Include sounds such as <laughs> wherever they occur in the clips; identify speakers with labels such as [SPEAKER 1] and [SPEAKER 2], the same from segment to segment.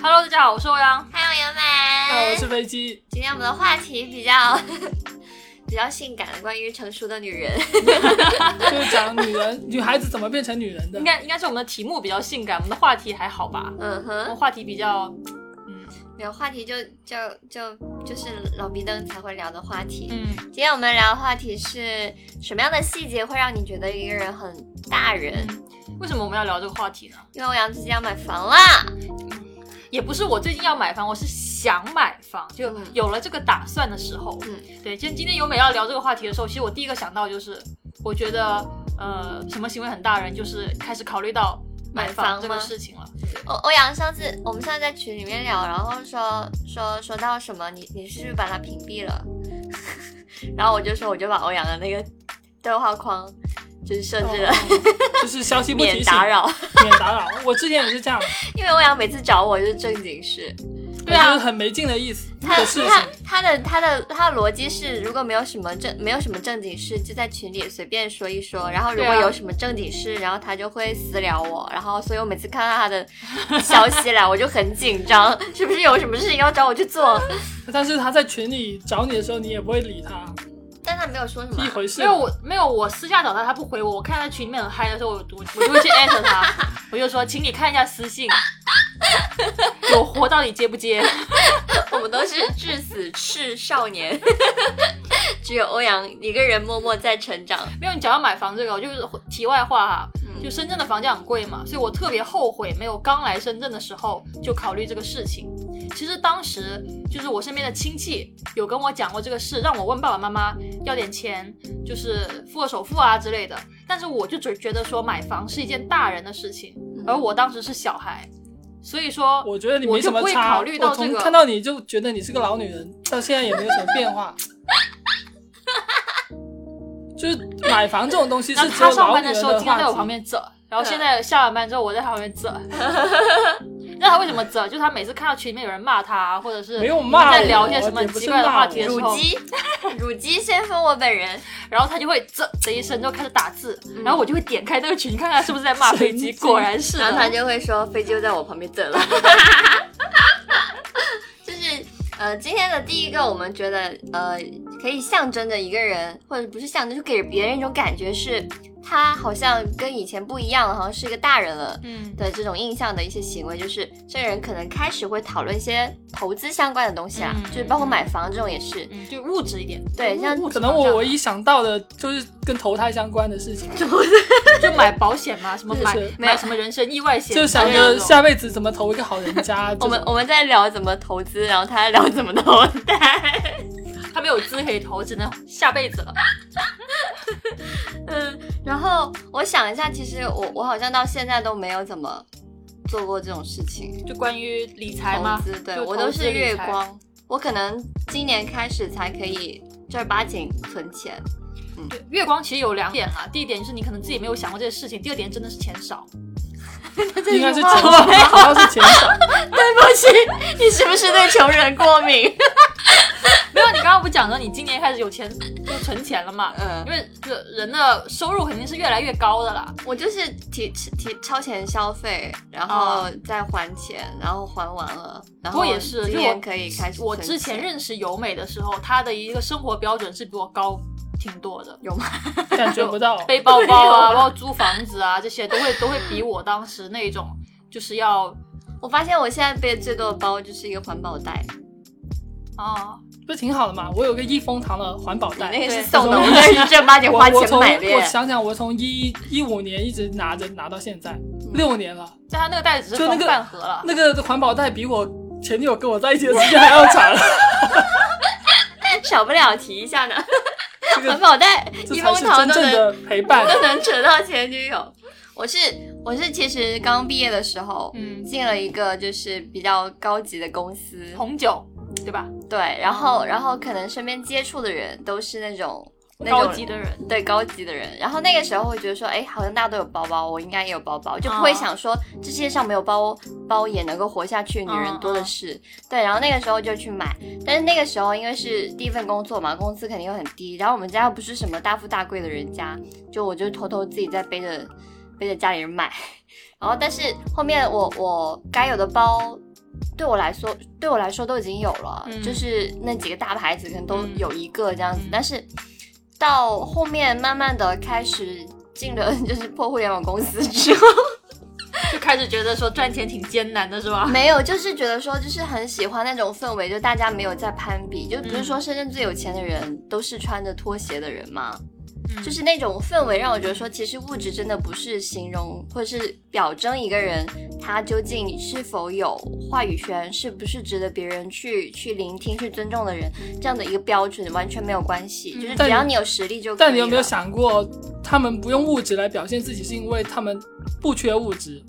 [SPEAKER 1] 好受呀！
[SPEAKER 2] 还有圆
[SPEAKER 3] 那哦我
[SPEAKER 2] 满，
[SPEAKER 3] 是飞机，
[SPEAKER 2] 今天我们的话题比较 <laughs> 比较性感的，关于成熟的女人。
[SPEAKER 3] 就是讲女人、女孩子怎么变成女人的
[SPEAKER 1] 应。该应该是我们的题目比较性感，我们的话题还好吧？
[SPEAKER 2] 嗯
[SPEAKER 1] 我们
[SPEAKER 3] 哦
[SPEAKER 2] 哼，
[SPEAKER 1] 话题比较，嗯
[SPEAKER 2] 没有话题就就就就是老逼灯才会聊的话题。
[SPEAKER 1] 嗯，
[SPEAKER 2] 今天我们聊的话题是什么样的细节会让你觉得一个人很大人？
[SPEAKER 3] 嗯
[SPEAKER 1] 为什么我们要聊这个话题呢？
[SPEAKER 2] 因为欧阳最近要买房啦，
[SPEAKER 1] 也不是我最近要买房，我是想买房，就
[SPEAKER 2] 嗯
[SPEAKER 1] 有了这个打算的时候。
[SPEAKER 2] 嗯，
[SPEAKER 1] 对，今今天由美要聊这个话题的时候，其实我第一个想到就是，我觉得呃，什么行为很大人，就是开始考虑到买
[SPEAKER 2] 买房
[SPEAKER 1] 这个
[SPEAKER 2] 吗
[SPEAKER 1] 事情了。
[SPEAKER 2] 欧欧阳上次我们上次在群里面聊，然后说说说到什么，你你是不是把他屏蔽了？ <laughs> 然后我就说我就把欧阳的那个对话框就是设置了
[SPEAKER 3] 哦就是消息不提
[SPEAKER 2] 免
[SPEAKER 3] 醒，
[SPEAKER 2] 打扰， <laughs>
[SPEAKER 3] 免打扰。我之前也是这样，
[SPEAKER 2] 因为欧阳每次找我就是正经事，
[SPEAKER 1] 对啊
[SPEAKER 3] 我就是很没劲的意思
[SPEAKER 2] 他
[SPEAKER 3] 的事
[SPEAKER 2] 他
[SPEAKER 3] 情。
[SPEAKER 2] 他的他的他的逻辑是，如果没有什么正没有什么正经事，就在群里随便说一说。然后如果
[SPEAKER 1] 对啊
[SPEAKER 2] 有什么正经事，然后他就会私聊我。然后所以我每次看到他的消息 <laughs> 来，我就很紧张，是不是有什么事情要找我去做？
[SPEAKER 3] 但是他在群里找你的时候，你也不会理他，
[SPEAKER 2] 但他没有说什么
[SPEAKER 3] 一。回事
[SPEAKER 1] 没有我没有我私下找他，他不回我，我看他群里面很嗨的时候，我我我就会去艾特他，我就说请你看一下私信，有活到底接不接？
[SPEAKER 2] 我们都是至死是少年， <laughs> 只有欧阳一个人默默在成长。
[SPEAKER 1] 没有，你讲到买房这个，我就是题外话哈，
[SPEAKER 2] 嗯
[SPEAKER 1] 就深圳的房价很贵嘛，所以我特别后悔没有刚来深圳的时候就考虑这个事情。其实当时就是我身边的亲戚有跟我讲过这个事，让我问爸爸妈妈要点钱，就是付个首付啊之类的。但是我就只觉得说买房是一件大人的事情，而我当时是小孩，所以说
[SPEAKER 3] 我觉得你没什么
[SPEAKER 1] 我就不会
[SPEAKER 3] 差，
[SPEAKER 1] 考虑到
[SPEAKER 3] 我
[SPEAKER 1] 这
[SPEAKER 3] 从
[SPEAKER 1] 个。
[SPEAKER 3] 看到你就觉得你是个老女人，到现在也没有什么变化。就是买房这种东西
[SPEAKER 1] 然
[SPEAKER 3] 是
[SPEAKER 1] 后
[SPEAKER 3] 只有
[SPEAKER 1] 他上
[SPEAKER 3] 老
[SPEAKER 1] 班
[SPEAKER 3] 女
[SPEAKER 1] 的
[SPEAKER 3] 人
[SPEAKER 1] 时候
[SPEAKER 3] 的
[SPEAKER 1] 经常在我
[SPEAKER 3] 话
[SPEAKER 1] 旁
[SPEAKER 3] 题啊
[SPEAKER 1] 边走，然后现在下了班之后我在他旁边走。
[SPEAKER 3] <laughs>
[SPEAKER 1] 你知道他为什么走？就是他每次看到群里面有人骂他，啊或者是
[SPEAKER 3] 没有骂
[SPEAKER 1] 在聊
[SPEAKER 3] 我
[SPEAKER 1] 一些什么
[SPEAKER 3] 也不是
[SPEAKER 1] 奇怪的话题
[SPEAKER 3] 骂
[SPEAKER 1] 的
[SPEAKER 3] 我
[SPEAKER 1] 时
[SPEAKER 2] 乳
[SPEAKER 1] 候，
[SPEAKER 2] 鸡，乳鸡先锋我本人，
[SPEAKER 1] 然后他就会啧的一声，就开始打字，然后我就会点开那个群看看他是不是在骂飞机，
[SPEAKER 3] 嗯神经
[SPEAKER 1] 果然是的。
[SPEAKER 2] 然后他就会说飞机就在我旁边等了。 <laughs> 就是呃，今天的第一个，我们觉得呃，可以象征着一个人，或者不是象征，就给别人一种感觉是，他好像跟以前不一样了，好像是一个大人了。
[SPEAKER 1] 嗯，
[SPEAKER 2] 的这种印象的一些行为，就是这个人可能开始会讨论一些投资相关的东西啊，
[SPEAKER 1] 嗯
[SPEAKER 2] 就是包括买房这种也是。
[SPEAKER 1] 嗯就物质一点，
[SPEAKER 2] 对像
[SPEAKER 1] 物质
[SPEAKER 3] 可能
[SPEAKER 1] 导向
[SPEAKER 3] 我唯一想到的就是跟投胎相关的事情，
[SPEAKER 1] 就买保险嘛，什么买
[SPEAKER 3] 是
[SPEAKER 1] 买什么人身意外险，
[SPEAKER 3] 就想
[SPEAKER 1] 之类的
[SPEAKER 3] 着
[SPEAKER 1] 那种
[SPEAKER 3] 下辈子怎么投一个好人家。
[SPEAKER 2] <laughs> 我们我们在聊怎么投资，然后他在聊怎么投胎。
[SPEAKER 1] 他没有资可以投，只能下辈子了。
[SPEAKER 2] 嗯，然后我想一下，其实我我好像到现在都没有怎么做过这种事情，
[SPEAKER 1] 就关于理财
[SPEAKER 2] 投
[SPEAKER 1] 吗？
[SPEAKER 2] 资，对
[SPEAKER 1] 就
[SPEAKER 2] 我
[SPEAKER 1] 投
[SPEAKER 2] 都
[SPEAKER 1] 资
[SPEAKER 2] 是
[SPEAKER 1] 理
[SPEAKER 2] 月
[SPEAKER 1] 财
[SPEAKER 2] 光，我可能今年开始才可以正儿八经存
[SPEAKER 1] <laughs>
[SPEAKER 2] 钱。
[SPEAKER 1] 对月光其实有两点啦，第一点就是你可能自己没有想过这些事情，第二点真的是钱少。
[SPEAKER 3] 应该是
[SPEAKER 2] 句
[SPEAKER 3] 钱
[SPEAKER 2] 话
[SPEAKER 3] 少，
[SPEAKER 2] 我没有
[SPEAKER 3] 主要是钱
[SPEAKER 2] <laughs>
[SPEAKER 3] 少。
[SPEAKER 2] 对不起，你是不是对穷人过
[SPEAKER 1] <laughs> 嗯
[SPEAKER 2] 敏？
[SPEAKER 1] 没有，你刚刚不讲说你今年开始有钱 <laughs> 就存钱了嘛？
[SPEAKER 2] 嗯
[SPEAKER 1] 因，为就人的收入肯定是越来越高的啦。
[SPEAKER 2] 我就是提提超前消费，然后
[SPEAKER 1] 哦
[SPEAKER 2] 再还钱，然后还完了，然
[SPEAKER 1] 不
[SPEAKER 2] 后
[SPEAKER 1] 过也是，
[SPEAKER 2] 今
[SPEAKER 1] 就
[SPEAKER 2] 年
[SPEAKER 1] 我
[SPEAKER 2] 可以开始存钱。
[SPEAKER 1] 我之前认识由美的时候，她的一个生活标准是比我高挺多的，
[SPEAKER 2] 有吗？
[SPEAKER 3] 感觉不到。
[SPEAKER 1] 背包包
[SPEAKER 3] <laughs>
[SPEAKER 1] 啊，包括租房子啊，这些都会都会比我当时那种就是要
[SPEAKER 2] 我发现我现在背最多的包就是一个环保袋，
[SPEAKER 1] 啊，
[SPEAKER 3] 不是挺好的嘛？我有个益丰堂的环保
[SPEAKER 2] 你
[SPEAKER 3] 袋，
[SPEAKER 2] 那个是
[SPEAKER 1] 对
[SPEAKER 2] 送的，<laughs> 我
[SPEAKER 3] 我从
[SPEAKER 2] 那是正儿八经
[SPEAKER 3] 我
[SPEAKER 2] 花
[SPEAKER 3] 我
[SPEAKER 2] 钱
[SPEAKER 3] 从
[SPEAKER 2] 买的耶
[SPEAKER 3] 我。想想，我从一一五年一直拿着拿到现在，
[SPEAKER 2] 嗯
[SPEAKER 3] 六年了。
[SPEAKER 1] 在她那个袋子只是
[SPEAKER 3] 就那
[SPEAKER 1] 放
[SPEAKER 3] 个
[SPEAKER 1] 饭盒了。
[SPEAKER 3] 那个环保袋比我前女友跟我在一起的时间还要
[SPEAKER 2] <laughs>
[SPEAKER 3] 长。
[SPEAKER 2] 少不了提一下呢。
[SPEAKER 3] 这
[SPEAKER 2] <laughs> 环
[SPEAKER 3] 个
[SPEAKER 2] 保袋，
[SPEAKER 3] 这
[SPEAKER 2] 一
[SPEAKER 3] 才
[SPEAKER 2] 风
[SPEAKER 3] 是
[SPEAKER 2] 堂
[SPEAKER 3] 真
[SPEAKER 2] 都
[SPEAKER 3] 正
[SPEAKER 2] 能
[SPEAKER 3] 的陪伴。
[SPEAKER 2] 都能扯到前女友。我是我是，其实刚毕业的时候。
[SPEAKER 1] 嗯，
[SPEAKER 2] 进了一个就是比较高级的公司，
[SPEAKER 1] 红酒对吧？
[SPEAKER 2] 对，然后然后可能身边接触的人都是那种那种
[SPEAKER 1] 高级的人，
[SPEAKER 2] 对高级的人，然后那个时候会觉得说，哎，好像大家都有包包，我应该也有包包，就不
[SPEAKER 1] 嗯
[SPEAKER 2] 会想说这世界上没有包包也能够活下去，女人
[SPEAKER 1] 嗯
[SPEAKER 2] 多的是。对，然后那个时候就去买，但是那个时候因为是第一份工作嘛，工资肯定会很低，然后我们家又不是什么大富大贵的人家，就我就偷偷自己在背着背着家里人买，然后但是后面我我该有的包对我来说，对我来说都已经有了，
[SPEAKER 1] 嗯
[SPEAKER 2] 就是那几个大牌子可能都
[SPEAKER 1] 嗯
[SPEAKER 2] 有一个这样子，
[SPEAKER 1] 嗯
[SPEAKER 2] 但是到后面慢慢的开始进了 <laughs> 就是破互联网公司之
[SPEAKER 3] <laughs>
[SPEAKER 2] 后，
[SPEAKER 1] 就开始觉得说赚钱挺艰难的是吧？
[SPEAKER 2] 没有，就是觉得说就是很喜欢那种氛围，就大家没有在攀比，就不是说深圳最有钱的人都是穿着拖鞋的人吗？
[SPEAKER 1] 嗯
[SPEAKER 2] 就是那种氛围让我觉得说，其实物质真的不是形容或者是表征一个人他究竟是否有话语权，是不是值得别人去去聆听、去尊重的人这样的一个标准，完全没有关系。
[SPEAKER 1] 嗯
[SPEAKER 2] 就是
[SPEAKER 3] 但
[SPEAKER 2] 只要你有实力就可以
[SPEAKER 3] 但你有没有
[SPEAKER 2] 了？
[SPEAKER 3] 想过，他们不用物质来表现自己，是因为他们不缺物质，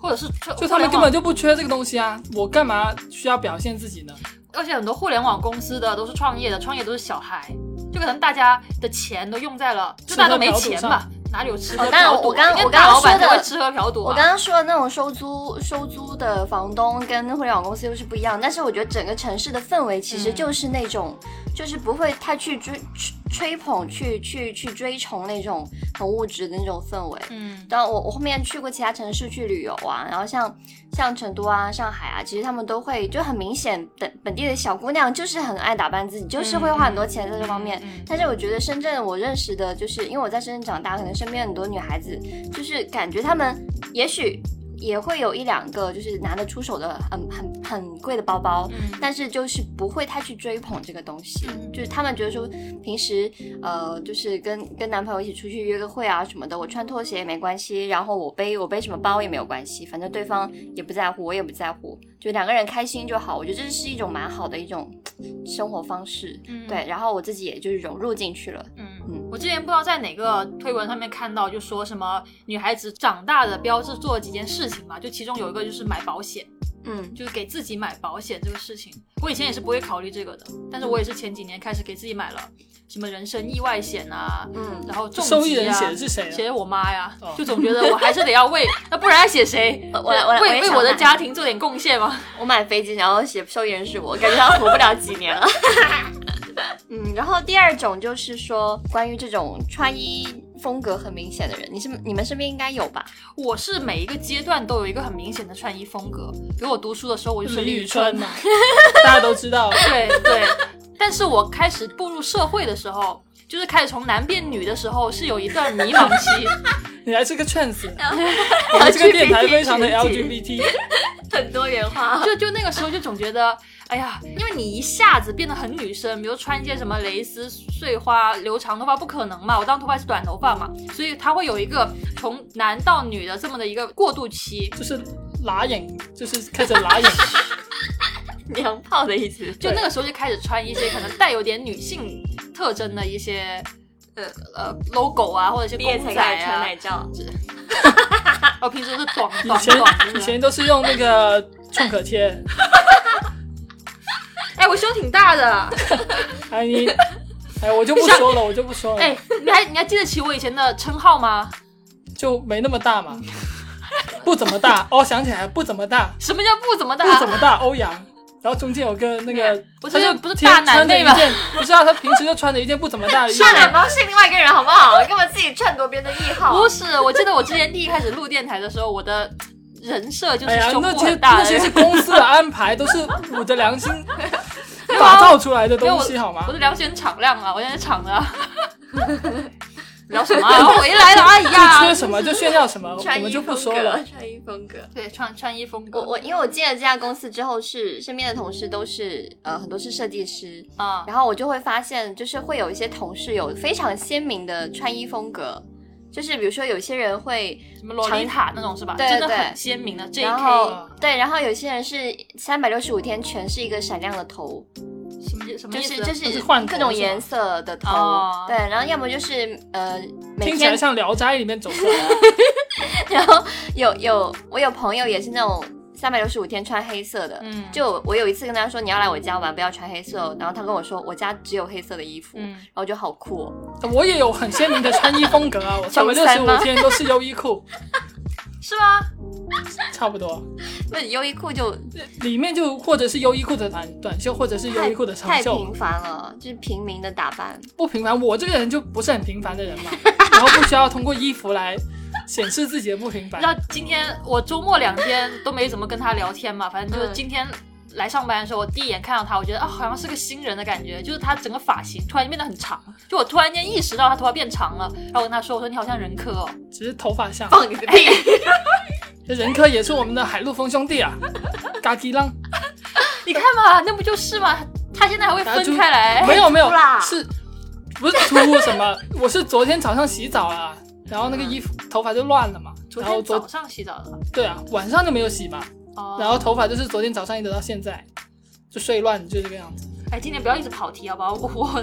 [SPEAKER 1] 或者是
[SPEAKER 3] 就他们根本就不缺这个东西啊！我干嘛需要表现自己呢？
[SPEAKER 1] 而且很多互联网公司的都是创业的，创业都是小孩，就可能大家的钱都用在了，就大家都没钱吧，哪里有吃喝
[SPEAKER 2] 哦当然
[SPEAKER 1] 嫖赌？
[SPEAKER 2] 我刚
[SPEAKER 1] 因为
[SPEAKER 2] 我刚
[SPEAKER 1] 大老板才
[SPEAKER 2] 说的
[SPEAKER 1] 会吃喝嫖赌
[SPEAKER 2] 我
[SPEAKER 1] 啊。
[SPEAKER 2] 刚刚说的那种收租、收租的房东跟互联网公司又是不一样，但是我觉得整个城市的氛围其实
[SPEAKER 1] 嗯
[SPEAKER 2] 就是那种，就是不会太去追吹吹捧、去去去追崇那种很物质的那种氛围。
[SPEAKER 1] 嗯
[SPEAKER 2] 然后我我后面去过其他城市去旅游啊，然后像像成都啊、上海啊，其实他们都会就很明显，本本地的小姑娘就是很爱打扮自己，就是会花很多钱在这方面。
[SPEAKER 1] 嗯
[SPEAKER 2] 但是我觉得深圳，我认识的就是因为我在深圳长大，可能身边很多女孩子，就是感觉她们也许也会有一两个就是拿得出手的很很很贵的包包，
[SPEAKER 1] 嗯
[SPEAKER 2] 但是就是不会太去追捧这个东西，
[SPEAKER 1] 嗯
[SPEAKER 2] 就是他们觉得说平时呃，就是跟跟男朋友一起出去约个会啊什么的，我穿拖鞋也没关系，然后我背我背什么包也没有关系，反正对方也不在乎，我也不在乎，就两个人开心就好。我觉得这是一种蛮好的一种嘖生活方式，
[SPEAKER 1] 嗯
[SPEAKER 2] 对。然后我自己也就是融入进去了，
[SPEAKER 1] 嗯
[SPEAKER 2] 嗯，
[SPEAKER 1] 我之前不知道在哪个推文上面看到，就说什么女孩子长大的标志做了几件事情嘛，就其中有一个就是买保险，
[SPEAKER 2] 嗯
[SPEAKER 1] 就是给自己买保险这个事情。我以前也是不会考虑这个的，但是我也是前几年开始给自己买了什么人身意外险啊，
[SPEAKER 2] 嗯，
[SPEAKER 1] 然后重
[SPEAKER 3] 受益
[SPEAKER 1] 疾
[SPEAKER 3] 人
[SPEAKER 1] 啊
[SPEAKER 3] 写的是谁啊
[SPEAKER 1] 写？我妈呀
[SPEAKER 3] 哦，
[SPEAKER 1] 就总觉得我还是得要
[SPEAKER 2] <laughs>
[SPEAKER 1] 为，那不然还写谁？
[SPEAKER 2] 我我来我来我
[SPEAKER 1] 为
[SPEAKER 2] 也
[SPEAKER 1] 为
[SPEAKER 2] 想
[SPEAKER 1] 我的
[SPEAKER 2] 买
[SPEAKER 1] 家庭做点贡献吗？
[SPEAKER 2] 我买飞机，然后写受益人是我，感觉他活不了几 <laughs> 年了。嗯，然后第二种就是说，关于这种穿衣风格很明显的人，你是你们身边应该有吧？
[SPEAKER 1] 我是每一个阶段都有一个很明显的穿衣风格，比如我读书的时候我就是
[SPEAKER 3] 李宇
[SPEAKER 1] 春 <laughs>
[SPEAKER 3] 春嘛，大家都知道。
[SPEAKER 1] 对对。 <laughs> 但是我开始步入社会的时候，就是开始从男变女的时候，是有一段迷茫期，
[SPEAKER 3] 你还是个 trans，
[SPEAKER 1] <laughs>
[SPEAKER 3] 我们这个电台非常的 LGBT，
[SPEAKER 2] 很多元 <laughs> 化。
[SPEAKER 1] 就就那个时候就总觉得，哎呀，因为你一下子变得很女生，比如穿一些什么蕾丝、碎花、留长头发，不可能嘛，我当时头发是短头发嘛，所以它会有一个从男到女的这么的一个过渡期。 <laughs>
[SPEAKER 3] 就是拉影，就是开始拉影。
[SPEAKER 2] 娘炮的意思，
[SPEAKER 1] 就那个时候就开始穿一些可能带有点女性特征的一些呃呃 logo 啊，或者是
[SPEAKER 2] 毕业
[SPEAKER 1] 公
[SPEAKER 2] 才
[SPEAKER 1] 仔
[SPEAKER 2] 开始穿
[SPEAKER 1] 啊
[SPEAKER 2] 奶，罩，
[SPEAKER 1] 我平时都是短
[SPEAKER 3] 以
[SPEAKER 1] 短
[SPEAKER 3] 前
[SPEAKER 1] 短
[SPEAKER 3] 以
[SPEAKER 1] 的。
[SPEAKER 3] 前都是用那个创可贴，
[SPEAKER 1] 哎，我胸挺大的，
[SPEAKER 3] 哎
[SPEAKER 1] <laughs>
[SPEAKER 3] 你，哎我就不说了，我就不说了，
[SPEAKER 1] 哎，你还你还记得起我以前的称号吗？
[SPEAKER 3] 就没那么大嘛，不怎么大。哦，想起来不怎么大，
[SPEAKER 1] 什么叫不怎么大？
[SPEAKER 3] 不怎么大，欧阳。然后中间有个那个，
[SPEAKER 1] 我
[SPEAKER 3] 他
[SPEAKER 1] 这
[SPEAKER 3] 就
[SPEAKER 1] 啊不是
[SPEAKER 3] 天
[SPEAKER 1] 大奶
[SPEAKER 3] 穿着
[SPEAKER 1] 妹
[SPEAKER 3] 一
[SPEAKER 1] 吗
[SPEAKER 3] 件，不知道他平时就穿着一件不怎么大的衣服
[SPEAKER 2] 大。奶猫是另外一个人，好不好？ <laughs> 干嘛自己篡夺别人的谥号？
[SPEAKER 1] 不是，我记得我之前第一开始录电台的时候，我的人设就
[SPEAKER 3] 哎
[SPEAKER 1] 是
[SPEAKER 3] 呀，
[SPEAKER 1] 胸
[SPEAKER 3] 那
[SPEAKER 1] 部
[SPEAKER 3] 些
[SPEAKER 1] 很大哎
[SPEAKER 3] 那
[SPEAKER 1] 的
[SPEAKER 3] 些
[SPEAKER 1] 人。
[SPEAKER 3] 是公司的安排，都是我的良
[SPEAKER 1] <laughs>
[SPEAKER 3] 心打造出来的
[SPEAKER 1] 因为
[SPEAKER 3] 东西，好
[SPEAKER 1] 啊我
[SPEAKER 3] 吗
[SPEAKER 1] 我？的良心敞亮啊，我现在敞
[SPEAKER 3] <laughs>
[SPEAKER 1] 着啊。聊什么啊？我回来了，阿姨
[SPEAKER 3] 就
[SPEAKER 1] 啊
[SPEAKER 3] <laughs> 缺。什么就炫耀什
[SPEAKER 1] <laughs>
[SPEAKER 3] 么，我
[SPEAKER 2] 穿
[SPEAKER 3] 们
[SPEAKER 2] 衣
[SPEAKER 3] 就
[SPEAKER 2] 风
[SPEAKER 3] 不
[SPEAKER 2] 格，
[SPEAKER 3] 说了。
[SPEAKER 2] 穿衣风格。
[SPEAKER 1] 对，穿穿衣风格。
[SPEAKER 2] 我我因为我进了这家公司之后是，身边的同事都是呃很多是设计师，
[SPEAKER 1] 啊，
[SPEAKER 2] 然后我就会发现，就是会有一些同事有非常鲜明的穿衣风格，就是比如说有些人会，
[SPEAKER 1] 什么洛丽塔那种是吧？
[SPEAKER 2] 对
[SPEAKER 1] 真的
[SPEAKER 2] 对
[SPEAKER 1] 很鲜明的
[SPEAKER 2] 然
[SPEAKER 1] JK，
[SPEAKER 2] 后对，然后有些人是三百六十五天全是一个闪亮的头，
[SPEAKER 1] 什么什么
[SPEAKER 2] 就
[SPEAKER 1] 意
[SPEAKER 2] 是
[SPEAKER 1] 思？
[SPEAKER 2] 就是
[SPEAKER 3] 换头
[SPEAKER 2] 各种
[SPEAKER 3] 是吗
[SPEAKER 2] 颜色的头，
[SPEAKER 1] 哦
[SPEAKER 2] 对，然后要么就是呃每
[SPEAKER 3] 听起来
[SPEAKER 2] 天，
[SPEAKER 3] 像《聊斋》里面走出来的。
[SPEAKER 2] <laughs> 然后有有我有朋友也是那种三百六十五天穿黑色的，
[SPEAKER 1] 嗯
[SPEAKER 2] 就我有一次跟他说你要来我家玩，不要穿黑色哦，然后他跟我说我家只有黑色的衣服，
[SPEAKER 1] 嗯
[SPEAKER 2] 然后我觉得好酷、哦。
[SPEAKER 3] 我也有很鲜明的穿衣风格
[SPEAKER 1] <laughs>
[SPEAKER 3] 啊，我三百六十
[SPEAKER 2] 穷酸吗
[SPEAKER 3] 五天都是优衣库，
[SPEAKER 1] 是吗？
[SPEAKER 3] 差不多，
[SPEAKER 2] 不是优衣库就
[SPEAKER 3] 里面就或者是优衣库的短短袖，或者是优衣库的长
[SPEAKER 2] 太
[SPEAKER 3] 袖
[SPEAKER 2] 平，凡了，就是平民的打扮。
[SPEAKER 3] 不平凡。我这个人就不是很平凡的人嘛，然后不需要通过衣服来显示自己的不平
[SPEAKER 1] <laughs>
[SPEAKER 3] 凡
[SPEAKER 1] 你知。道今天我周末两天都没怎么跟他聊天嘛，反正就是
[SPEAKER 2] 嗯
[SPEAKER 1] 今天来上班的时候，我第一眼看到他，我觉得啊，好像是个新人的感觉，就是他整个发型突然变得很长，就我突然间意识到他头发变长了，然后我跟他说，我说你好像人科哦，
[SPEAKER 3] 只是头发像，
[SPEAKER 2] 放你的屁！
[SPEAKER 3] <laughs> 这任科也是我们的海陆丰兄弟啊， <laughs> 嘎吉浪。
[SPEAKER 1] <laughs> 你看嘛，那不就是嘛，他现在还会
[SPEAKER 3] 然后
[SPEAKER 1] 分开来，
[SPEAKER 3] 没有
[SPEAKER 1] <laughs>
[SPEAKER 3] 没有
[SPEAKER 2] 秃啦，
[SPEAKER 3] 是不是秃什么？我是昨天早上洗澡啊，然后那个衣服头发就乱了嘛，
[SPEAKER 1] 昨
[SPEAKER 3] 然后
[SPEAKER 1] 天
[SPEAKER 3] 昨
[SPEAKER 1] 早上洗澡的吧，
[SPEAKER 3] 对啊晚上就没有洗嘛，
[SPEAKER 1] 哦，
[SPEAKER 3] 然后头发就是昨天早上一直到现在，就睡乱就这个样子。
[SPEAKER 1] 哎，今天不要一直跑题好不好？我我 <laughs>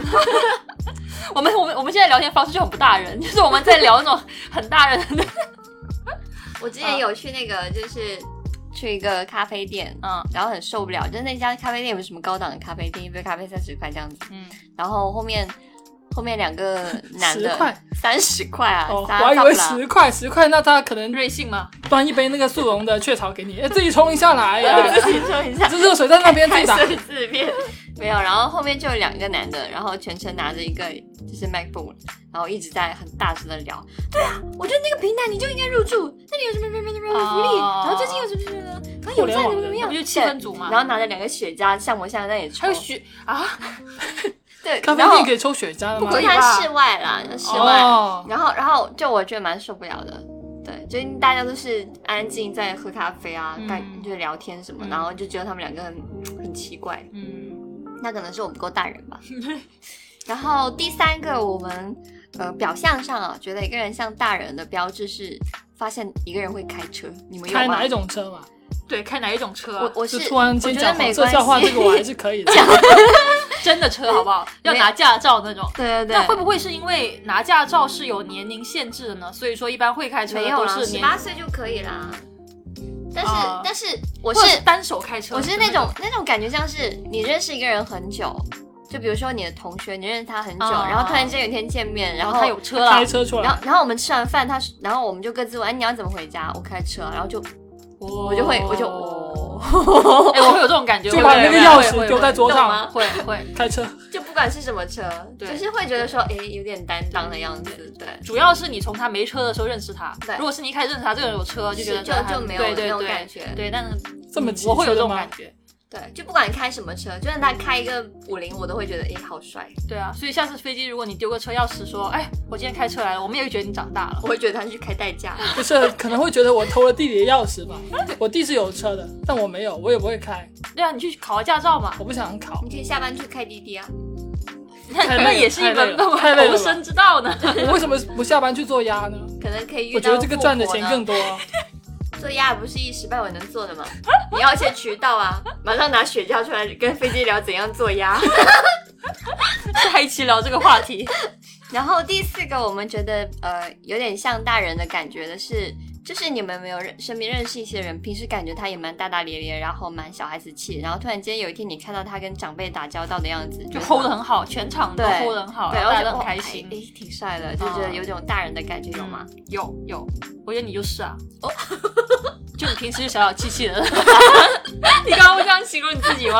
[SPEAKER 1] 我们我们我们现在聊天方式就很不大人， <laughs> 就是我们在聊那种很大人的，
[SPEAKER 2] 我之
[SPEAKER 3] 嗯
[SPEAKER 2] 前有去那个，就是去一个咖啡店，
[SPEAKER 1] 嗯
[SPEAKER 2] 然后很受不了，就是那家咖啡店不是什么高档的咖啡店，一杯咖啡三十块这样子。
[SPEAKER 1] 嗯，
[SPEAKER 2] 然后后面后面两个男
[SPEAKER 3] 10
[SPEAKER 2] 的
[SPEAKER 3] 块
[SPEAKER 2] 三十块啊，
[SPEAKER 1] 哎
[SPEAKER 3] 哦，我
[SPEAKER 2] 啥
[SPEAKER 3] 还以
[SPEAKER 2] 大
[SPEAKER 3] 为
[SPEAKER 2] 不啦
[SPEAKER 3] 十块十块，那他可能
[SPEAKER 1] <laughs> 瑞幸吗？
[SPEAKER 3] 端一杯那个速溶的雀巢给你，哎，自己冲一下
[SPEAKER 1] <laughs>
[SPEAKER 3] 来呀、
[SPEAKER 2] 自己呃说一下，
[SPEAKER 3] 这热水在那边自己打
[SPEAKER 2] 太。碎字面 <laughs> 没有，然后后面就有两个男的，然后全程拿着一个就是 MacBook，然后一直在很大声的聊。对啊，我觉得那个平台你就应该入驻，那里有什么什么什么什么福利，
[SPEAKER 1] 哦
[SPEAKER 2] 然后最近有什么什么什么，然后有赞怎么怎么
[SPEAKER 1] 那
[SPEAKER 2] 样，
[SPEAKER 1] 不就气氛组哦吗
[SPEAKER 2] 对然后拿着两个雪茄，像模像样在那里抽
[SPEAKER 1] 还有，雪啊，
[SPEAKER 2] 对，
[SPEAKER 3] 咖啡
[SPEAKER 2] 然后
[SPEAKER 3] 店可以抽雪茄的
[SPEAKER 1] 不
[SPEAKER 3] 吗
[SPEAKER 1] 可？以吧
[SPEAKER 2] 它室外啦，室外。
[SPEAKER 3] 哦，
[SPEAKER 2] 然后，然后就我觉得蛮受不了的，对，就大家都是安安静静在喝咖啡啊，
[SPEAKER 1] 嗯
[SPEAKER 2] 干、就聊天什么，
[SPEAKER 1] 嗯
[SPEAKER 2] 然后就只有他们两个很很奇怪，
[SPEAKER 1] 嗯，
[SPEAKER 2] 那可能是我不够大人吧。
[SPEAKER 1] <laughs>
[SPEAKER 2] 然后第三个，我们呃表象上啊，觉得一个人像大人的标志是发现一个人会开车，你们有吗？
[SPEAKER 3] 开哪一种车嘛？
[SPEAKER 1] 对，开哪一种车啊、
[SPEAKER 2] 我我是
[SPEAKER 3] 就突然间
[SPEAKER 2] 我觉得
[SPEAKER 3] 讲
[SPEAKER 2] 没
[SPEAKER 3] 黄色
[SPEAKER 2] 关系
[SPEAKER 3] 笑话，这个我还是可以的。
[SPEAKER 1] 真的车好不好？要
[SPEAKER 2] 没
[SPEAKER 1] 拿驾照那种。
[SPEAKER 2] <laughs> 对对对，
[SPEAKER 1] <laughs> 那会不会是因为拿驾照是有年龄限制的呢？所以说一般会开车
[SPEAKER 2] 没
[SPEAKER 1] 的
[SPEAKER 2] 有
[SPEAKER 1] 都
[SPEAKER 2] 啦？
[SPEAKER 1] 是
[SPEAKER 2] 十
[SPEAKER 1] 年，
[SPEAKER 2] 八岁就可以啦。但是、
[SPEAKER 1] 哦
[SPEAKER 2] 但是我
[SPEAKER 1] 或者
[SPEAKER 2] 是
[SPEAKER 1] 单手开车。
[SPEAKER 2] 我是那种那种感觉，像是你认识一个人很久，就比如说你的同学，你认识他很久，
[SPEAKER 1] 啊
[SPEAKER 2] 然后突然间有一天见面，然
[SPEAKER 1] 然
[SPEAKER 2] 后
[SPEAKER 1] 后他有车
[SPEAKER 3] 开
[SPEAKER 1] 了，
[SPEAKER 3] 车啊出
[SPEAKER 2] 然
[SPEAKER 3] 来
[SPEAKER 2] 后，然后我们吃完饭，他然后我们就各自问，哎，你要怎么回家？我开车啊，然后就
[SPEAKER 1] 我
[SPEAKER 2] 我就会我就哦
[SPEAKER 1] 哎、我会有这种感觉，
[SPEAKER 3] 就
[SPEAKER 1] 会
[SPEAKER 3] 把
[SPEAKER 1] 会
[SPEAKER 3] 那个
[SPEAKER 1] 会
[SPEAKER 3] 钥
[SPEAKER 1] 会
[SPEAKER 3] 匙
[SPEAKER 1] 会
[SPEAKER 3] 丢在桌
[SPEAKER 2] 懂吗
[SPEAKER 3] 上，
[SPEAKER 1] 会会。
[SPEAKER 3] 开车。
[SPEAKER 2] <laughs> 就不管是什么车，
[SPEAKER 1] 对
[SPEAKER 2] 就是会觉得说，哎，有点担当的样
[SPEAKER 3] 嗯
[SPEAKER 2] 子，对。
[SPEAKER 1] 主要是你从他没车的时候认识他
[SPEAKER 2] 对，
[SPEAKER 1] 如果是你一开始认识他，这个人有车就觉得
[SPEAKER 2] 是就
[SPEAKER 1] 他还
[SPEAKER 2] 就没有
[SPEAKER 1] 对对
[SPEAKER 2] 那种
[SPEAKER 1] 对
[SPEAKER 2] 感觉
[SPEAKER 1] 对，但是
[SPEAKER 3] 这
[SPEAKER 2] 嗯
[SPEAKER 3] 么急
[SPEAKER 1] 我会有这
[SPEAKER 3] 车的
[SPEAKER 1] 种
[SPEAKER 3] 吗
[SPEAKER 1] 感觉，
[SPEAKER 2] 对，就不管开什么车，就算他开一个五零，我都会觉得，哎，好帅，
[SPEAKER 1] 对啊，所以下次飞机如果你丢个车钥匙说，哎，我今天开车来了，我们也会觉得你长大了
[SPEAKER 2] 我。会觉得他是去开代
[SPEAKER 3] <laughs>
[SPEAKER 2] 驾。
[SPEAKER 3] 不是，可能会觉得我偷了弟弟的钥匙吧。我弟是有车的，但我没有，我也不会开，
[SPEAKER 1] 对啊，你去考个驾照嘛，
[SPEAKER 3] 我不想考
[SPEAKER 2] 你。可以下班去开滴滴啊，
[SPEAKER 1] 那
[SPEAKER 3] 太累了
[SPEAKER 1] 那也是一门
[SPEAKER 3] 太累了
[SPEAKER 1] 谋生之道呢。
[SPEAKER 3] 我为什么不下班去做鸭呢？
[SPEAKER 2] 可能可以遇
[SPEAKER 3] 我
[SPEAKER 2] 到
[SPEAKER 3] 觉得这个
[SPEAKER 2] 富
[SPEAKER 3] 赚的
[SPEAKER 2] 婆
[SPEAKER 3] 钱
[SPEAKER 2] 呢哎
[SPEAKER 3] 更多。啊
[SPEAKER 2] 做鸭不是一时半会能做的
[SPEAKER 3] <laughs>
[SPEAKER 2] 嘛，你要一些渠道啊，马上拿雪茄出来跟飞机聊怎样做鸭。
[SPEAKER 1] 下一期聊这个话题，
[SPEAKER 2] 然后第四个，我们觉得呃有点像大人的感觉的是，就是你们没有认身边认识一些人，平时感觉他也蛮大大咧咧，然后蛮小孩子气，然后突然间有一天你看到他跟长辈打交道的样
[SPEAKER 1] <laughs>
[SPEAKER 2] 子，
[SPEAKER 1] <laughs> 就
[SPEAKER 2] 觉得
[SPEAKER 1] hold 得很好，全场都
[SPEAKER 2] 对
[SPEAKER 1] hold 得很好，
[SPEAKER 2] 对，
[SPEAKER 1] 然后大
[SPEAKER 2] 然
[SPEAKER 1] 家都
[SPEAKER 2] 后
[SPEAKER 1] 很开 <laughs> 心
[SPEAKER 2] 哎，。诶挺帅的，就觉得有种大人的感觉，有吗？
[SPEAKER 1] 嗯？有有，我觉得你就是啊。 <laughs> 就你平时就小小气气的， <laughs> 你刚刚会这样形容你自己吗？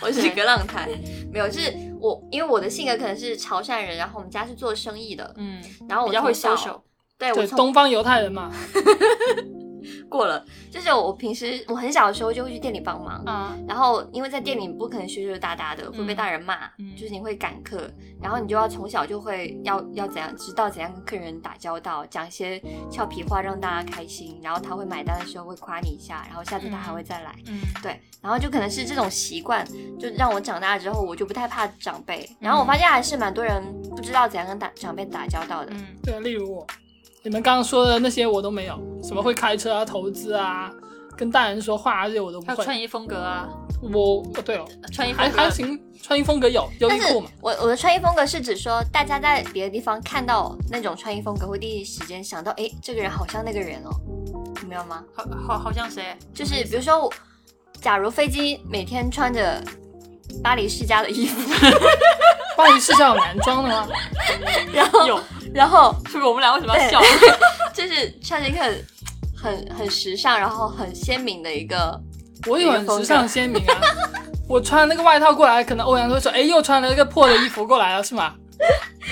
[SPEAKER 2] 我是个浪台，没有，是我因为我的性格可能是潮汕人，然后我们家是做生意
[SPEAKER 1] <laughs>
[SPEAKER 2] 的，
[SPEAKER 1] 嗯，
[SPEAKER 2] 然后我
[SPEAKER 1] 比较会
[SPEAKER 2] 从小
[SPEAKER 1] social
[SPEAKER 2] 对我
[SPEAKER 3] 对，
[SPEAKER 2] 从
[SPEAKER 3] 东方犹太人嘛，
[SPEAKER 2] 过了，就是我平时我很小的时候就会去店里帮忙，
[SPEAKER 1] 啊，
[SPEAKER 2] 然后因为在店里不可能羞羞答答的，会被大人骂，
[SPEAKER 1] 嗯
[SPEAKER 2] 就是你会赶课，然后你就要从小就会要要怎样知道怎样跟客人打交道，讲一些俏皮话让大家开心，然后他会买单的时候会夸你一下，然后下次他
[SPEAKER 1] 嗯
[SPEAKER 2] 还会再来。
[SPEAKER 1] 嗯，
[SPEAKER 2] 对，然后就可能是这种习惯，就让我长大之后，我就不太怕长辈。然
[SPEAKER 1] 嗯
[SPEAKER 2] 后我发现还是蛮多人不知道怎样跟打长辈打交道的。
[SPEAKER 1] 嗯，
[SPEAKER 3] 对，例如我，你们刚刚说的那些我都没有，什么会开车啊、投资啊、跟大人说话啊这些我都
[SPEAKER 1] 还
[SPEAKER 3] 不
[SPEAKER 1] 有穿
[SPEAKER 3] 会。
[SPEAKER 1] 衣风格啊，
[SPEAKER 3] 我哦对哦，
[SPEAKER 1] 穿衣
[SPEAKER 3] 还
[SPEAKER 1] 风格
[SPEAKER 3] 还行，穿衣风格有优衣
[SPEAKER 2] 但是
[SPEAKER 3] 库嘛，
[SPEAKER 2] 我我的穿衣风格是指说，大家在别的地方看到那种穿衣风格，会第一时间想到，哎，这个人好像那个人哦，你没有吗？
[SPEAKER 1] 好好好像谁？
[SPEAKER 2] 就是比如说我，假如飞机每天穿着巴黎世家的衣服， <laughs>
[SPEAKER 3] 巴黎世家有男装的吗？
[SPEAKER 2] 然
[SPEAKER 1] <laughs>
[SPEAKER 2] 后
[SPEAKER 1] 有，
[SPEAKER 2] 然后
[SPEAKER 1] <laughs> 是不是我们俩为什么要
[SPEAKER 2] 对
[SPEAKER 1] 笑？ <laughs>
[SPEAKER 2] 就是穿着一个很很很时尚，然后很鲜明的一个，
[SPEAKER 3] 我也很时尚鲜明啊。我穿那个外套过来，可能欧阳都会说：“哎，又穿了一个破的衣服过来了，是吗？”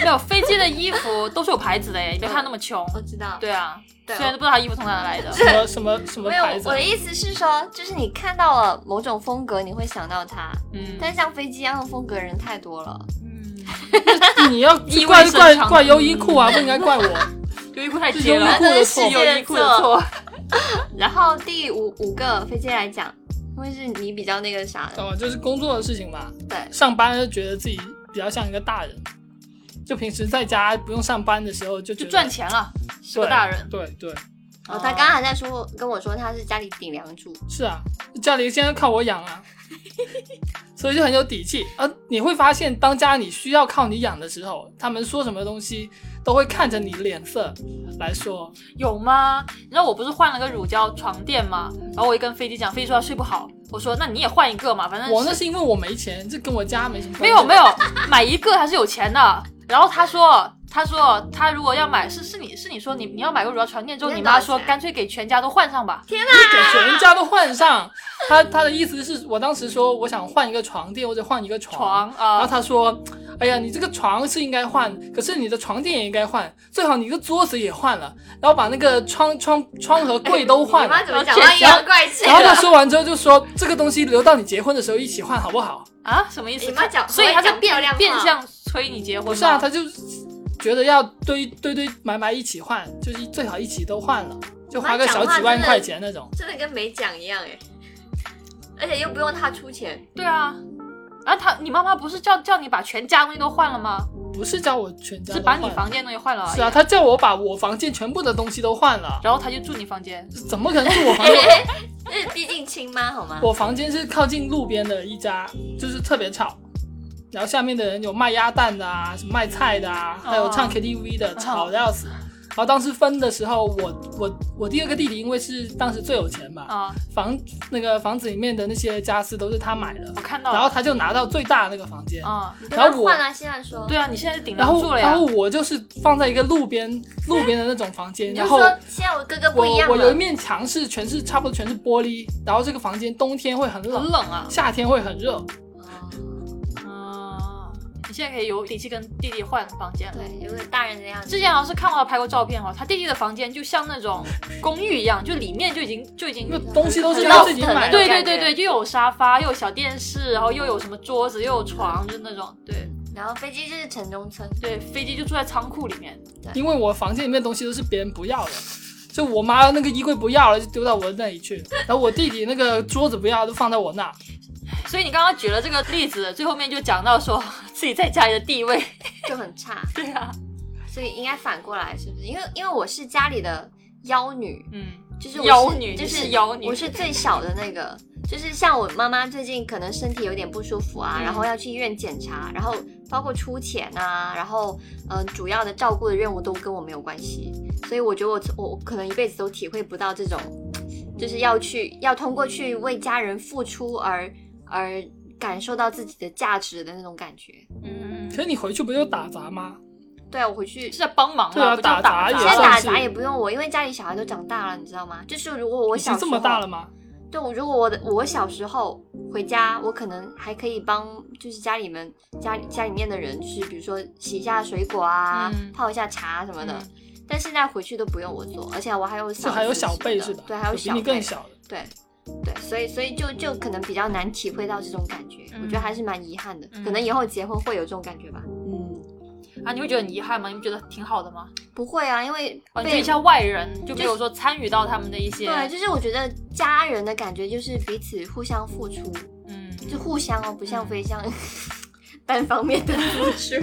[SPEAKER 1] 没有飞机的衣服都是有牌子的耶，你别看那么 <laughs> 穷。
[SPEAKER 2] 我知道，
[SPEAKER 1] 对啊，
[SPEAKER 2] 对
[SPEAKER 1] 虽然都不知道他衣服从哪来的。
[SPEAKER 3] 什么什么什么
[SPEAKER 2] 没有
[SPEAKER 3] 牌子
[SPEAKER 2] 我
[SPEAKER 3] 啊？
[SPEAKER 2] 的意思是说，就是你看到了某种风格，你会想到它。
[SPEAKER 1] 嗯，
[SPEAKER 2] 但像飞机一样的风格人太多了，
[SPEAKER 1] 嗯，
[SPEAKER 3] 你要
[SPEAKER 1] 意味
[SPEAKER 3] 怪
[SPEAKER 1] 深
[SPEAKER 3] 怪
[SPEAKER 1] 长
[SPEAKER 3] 怪优衣库啊，不应该
[SPEAKER 1] <laughs>
[SPEAKER 3] 怪我。
[SPEAKER 1] 优衣库太
[SPEAKER 3] 是
[SPEAKER 1] 接
[SPEAKER 3] 优衣
[SPEAKER 1] 了
[SPEAKER 3] 库，
[SPEAKER 2] 世
[SPEAKER 3] 的错，
[SPEAKER 1] 啊是优衣
[SPEAKER 2] 界
[SPEAKER 1] 库的错。
[SPEAKER 2] 然后第五五个飞机来讲，因为是你比较那个啥
[SPEAKER 3] 懂
[SPEAKER 2] 的，
[SPEAKER 3] 吗？就是工作的事情吧。
[SPEAKER 2] 对，
[SPEAKER 3] 上班就觉得自己比较像一个大人，就平时在家不用上班的时候就觉
[SPEAKER 1] 就
[SPEAKER 3] 得
[SPEAKER 1] 赚钱了，是个
[SPEAKER 3] 对
[SPEAKER 1] 大人。
[SPEAKER 3] 对对，
[SPEAKER 2] 哦，他刚刚还在说跟我说他是家里顶梁柱，
[SPEAKER 3] 是啊，家里现在靠我养
[SPEAKER 1] <laughs>
[SPEAKER 3] 啊，所以就很有底气。而你会发现，当家你需要靠你养的时候，他们说什么东西都会看着你脸色来说。
[SPEAKER 1] 有吗？你知道我不是换了个乳胶床垫吗？然后我一跟飞机讲，飞机说他睡不好，我说那你也换一个嘛，反正
[SPEAKER 3] 我那是因为我没钱，这跟我家没什么关系。
[SPEAKER 1] 没有没有， <laughs> 买一个还是有钱的。然后他说，他说他如果要买，是是你是你说你你要买个乳胶床垫之后，
[SPEAKER 2] 你
[SPEAKER 1] 你
[SPEAKER 2] 要
[SPEAKER 1] 妈
[SPEAKER 2] 多少
[SPEAKER 1] 说
[SPEAKER 2] 钱
[SPEAKER 1] 干脆给全家都换上吧。
[SPEAKER 3] 给全家都换上。他他的意思是我当时说我想换一个床垫或者换一个
[SPEAKER 1] 床
[SPEAKER 3] 然
[SPEAKER 1] 啊
[SPEAKER 3] 后，他说：“哎呀，你这个床是应该换，可是你的床垫也应该换，最好你的桌子也换了，然后把那个窗窗窗
[SPEAKER 1] <laughs>
[SPEAKER 3] 和柜都换
[SPEAKER 2] 你妈
[SPEAKER 3] 了。
[SPEAKER 2] 怎么讲话阴阳怪气
[SPEAKER 3] <laughs> 然后他
[SPEAKER 2] 的？
[SPEAKER 3] 说完之后就说：“这个东西留到你结婚的时候一起换好不好
[SPEAKER 1] 啊什么意思？
[SPEAKER 2] 你妈讲
[SPEAKER 1] 所以他在
[SPEAKER 2] 讲漂亮
[SPEAKER 1] 变
[SPEAKER 2] 话
[SPEAKER 1] 变相催你结？”婚吗。
[SPEAKER 3] 不是啊，他就觉得要堆堆堆买买一起换，就是最好一起都换了，就花个小几万块钱那种。
[SPEAKER 2] 真的跟没讲一样哎，而且又不用他出钱，
[SPEAKER 1] 对啊。然后他，你妈妈不是叫叫你把全家东西都换了吗？
[SPEAKER 3] 不是叫我全家
[SPEAKER 1] 是
[SPEAKER 3] 都
[SPEAKER 1] 把
[SPEAKER 3] 换
[SPEAKER 1] 你
[SPEAKER 3] 了，
[SPEAKER 1] 房间东西换了而已。
[SPEAKER 3] 是啊，他叫我把我房间全部的东西都换了，
[SPEAKER 1] 然后他就住你房间。
[SPEAKER 3] 怎么可能住我房间？
[SPEAKER 2] 那哎毕竟亲妈好吗？
[SPEAKER 3] 我房间是靠近路边的一家，就是特别吵，然后下面的人有卖鸭蛋的啊，什么卖菜的啊，还
[SPEAKER 2] 哦
[SPEAKER 3] 有唱 KTV 的，
[SPEAKER 2] 嗯
[SPEAKER 3] 吵的要死。然后当时分的时候，我我我第二个弟弟因为是当时最有钱嘛，
[SPEAKER 2] 嗯
[SPEAKER 1] 啊，
[SPEAKER 3] 房那个房子里面的那些家私都是他买的
[SPEAKER 2] 嗯
[SPEAKER 1] 我，看到
[SPEAKER 3] 然后
[SPEAKER 1] 了。
[SPEAKER 3] 他就拿到最大的那个房间，
[SPEAKER 1] 啊，
[SPEAKER 2] 你跟
[SPEAKER 3] 然后
[SPEAKER 2] 他
[SPEAKER 3] 我
[SPEAKER 2] 换啊，现在说，
[SPEAKER 1] 对啊，你现在是顶
[SPEAKER 3] 然
[SPEAKER 1] 梁柱
[SPEAKER 3] 后
[SPEAKER 1] 了
[SPEAKER 3] 然
[SPEAKER 1] 呀
[SPEAKER 3] 后。我就是放在一个路边路边的那种房间，
[SPEAKER 2] 你
[SPEAKER 3] 然
[SPEAKER 2] 就
[SPEAKER 3] 后
[SPEAKER 2] 说现在我哥哥不一
[SPEAKER 3] 我
[SPEAKER 2] 样
[SPEAKER 3] 我有一
[SPEAKER 2] 了，
[SPEAKER 3] 面墙是全是差不多全是玻璃，然后这个房间冬天会很
[SPEAKER 1] 很
[SPEAKER 2] 嗯
[SPEAKER 3] 冷，
[SPEAKER 1] 冷啊。
[SPEAKER 3] 夏天会很热，
[SPEAKER 2] 哦
[SPEAKER 1] 啊，你现在可以有底气跟弟弟换房间了。
[SPEAKER 2] 对，有点大人的样子。
[SPEAKER 1] 之前好像是看到拍过照片哦，他弟弟的房间就像那种公寓一样，就里面就已经就已经
[SPEAKER 3] 那东西都是
[SPEAKER 2] 很
[SPEAKER 3] 他
[SPEAKER 2] loft
[SPEAKER 3] 自己
[SPEAKER 2] 的那
[SPEAKER 3] 买
[SPEAKER 2] 种
[SPEAKER 3] 的。
[SPEAKER 1] 对对
[SPEAKER 2] 感
[SPEAKER 1] 对
[SPEAKER 2] 觉
[SPEAKER 1] 对，又有沙发，又有小电视，然后又有什么桌子，又有床，就那种对
[SPEAKER 2] 然后飞机就是城中村，
[SPEAKER 1] 对，飞机就住在仓库里面。
[SPEAKER 3] 因为我房间里面的东西都是别人不要的，就我妈那个衣柜不要了，就丢到我那里去，然后我弟弟那个桌子不要，都放在我那。
[SPEAKER 1] 所以你刚刚举了这个例子，最后面就讲到说 <laughs> 自己在家里的地位。
[SPEAKER 2] 就很差，
[SPEAKER 1] 对啊，
[SPEAKER 2] 所以应该反过来是不是？因为因为我是家里的妖女，
[SPEAKER 1] 嗯，
[SPEAKER 2] 就是我是
[SPEAKER 1] 妖女
[SPEAKER 2] 就
[SPEAKER 1] 你
[SPEAKER 2] 是
[SPEAKER 1] 是妖女
[SPEAKER 2] 我是最小的那个。就是像我妈妈最近可能身体有点不舒服啊，
[SPEAKER 1] 嗯
[SPEAKER 2] 然后要去医院检查，然后包括出钱啊，然后呃主要的照顾的任务都跟我没有关系，所以我觉得我我我可能一辈子都体会不到这种，就是要去要通过去为家人付出而而感受到自己的价值的那种感觉。
[SPEAKER 1] 嗯，
[SPEAKER 3] 可是你回去不就打杂吗？
[SPEAKER 2] 对啊，我回去
[SPEAKER 1] 是在帮忙
[SPEAKER 3] 对啊
[SPEAKER 1] 了，不叫
[SPEAKER 3] 打
[SPEAKER 1] 打
[SPEAKER 3] 杂也
[SPEAKER 2] 现在
[SPEAKER 3] 算
[SPEAKER 1] 杂。
[SPEAKER 2] 打
[SPEAKER 3] 是
[SPEAKER 2] 杂也不用我，因为家里小孩都长大了，你知道吗？就是如果我
[SPEAKER 3] 已
[SPEAKER 2] 小时
[SPEAKER 3] 经这
[SPEAKER 2] 候
[SPEAKER 3] 么大了，吗？
[SPEAKER 2] 对，我如果我的我小时候回家，我可能还可以帮，就是家里面家家里面的人，就是比如说洗一下水果啊，
[SPEAKER 1] 嗯
[SPEAKER 2] 泡一下茶什么的。
[SPEAKER 1] 嗯
[SPEAKER 2] 但现在回去都不用我做，而且我还有
[SPEAKER 3] 是
[SPEAKER 2] 小
[SPEAKER 3] 还有
[SPEAKER 2] 子
[SPEAKER 3] 小辈
[SPEAKER 2] 什
[SPEAKER 3] 是
[SPEAKER 2] 么
[SPEAKER 3] 吧？
[SPEAKER 2] 对，还有
[SPEAKER 3] 比
[SPEAKER 2] 小
[SPEAKER 3] 你
[SPEAKER 2] 辈
[SPEAKER 3] 更小的。
[SPEAKER 2] 对对，所以所以就就可能比较难体会到这种感觉，我觉得
[SPEAKER 1] 嗯
[SPEAKER 2] 还是蛮遗憾的。
[SPEAKER 1] 嗯
[SPEAKER 2] 可能以后结婚会有这种感觉吧？
[SPEAKER 3] 嗯，
[SPEAKER 1] 啊，你会觉得很遗憾吗？你们觉得挺好的吗？
[SPEAKER 2] 不会啊，因为
[SPEAKER 1] 哦，你
[SPEAKER 2] 被
[SPEAKER 1] 对一下外人，就比如说参与到他们的一些，
[SPEAKER 2] 对，就是我觉得家人的感觉就是彼此互相付出，
[SPEAKER 1] 嗯，
[SPEAKER 2] 就互相哦，不像 <laughs>
[SPEAKER 1] 嗯
[SPEAKER 2] 飞象单方面的付出。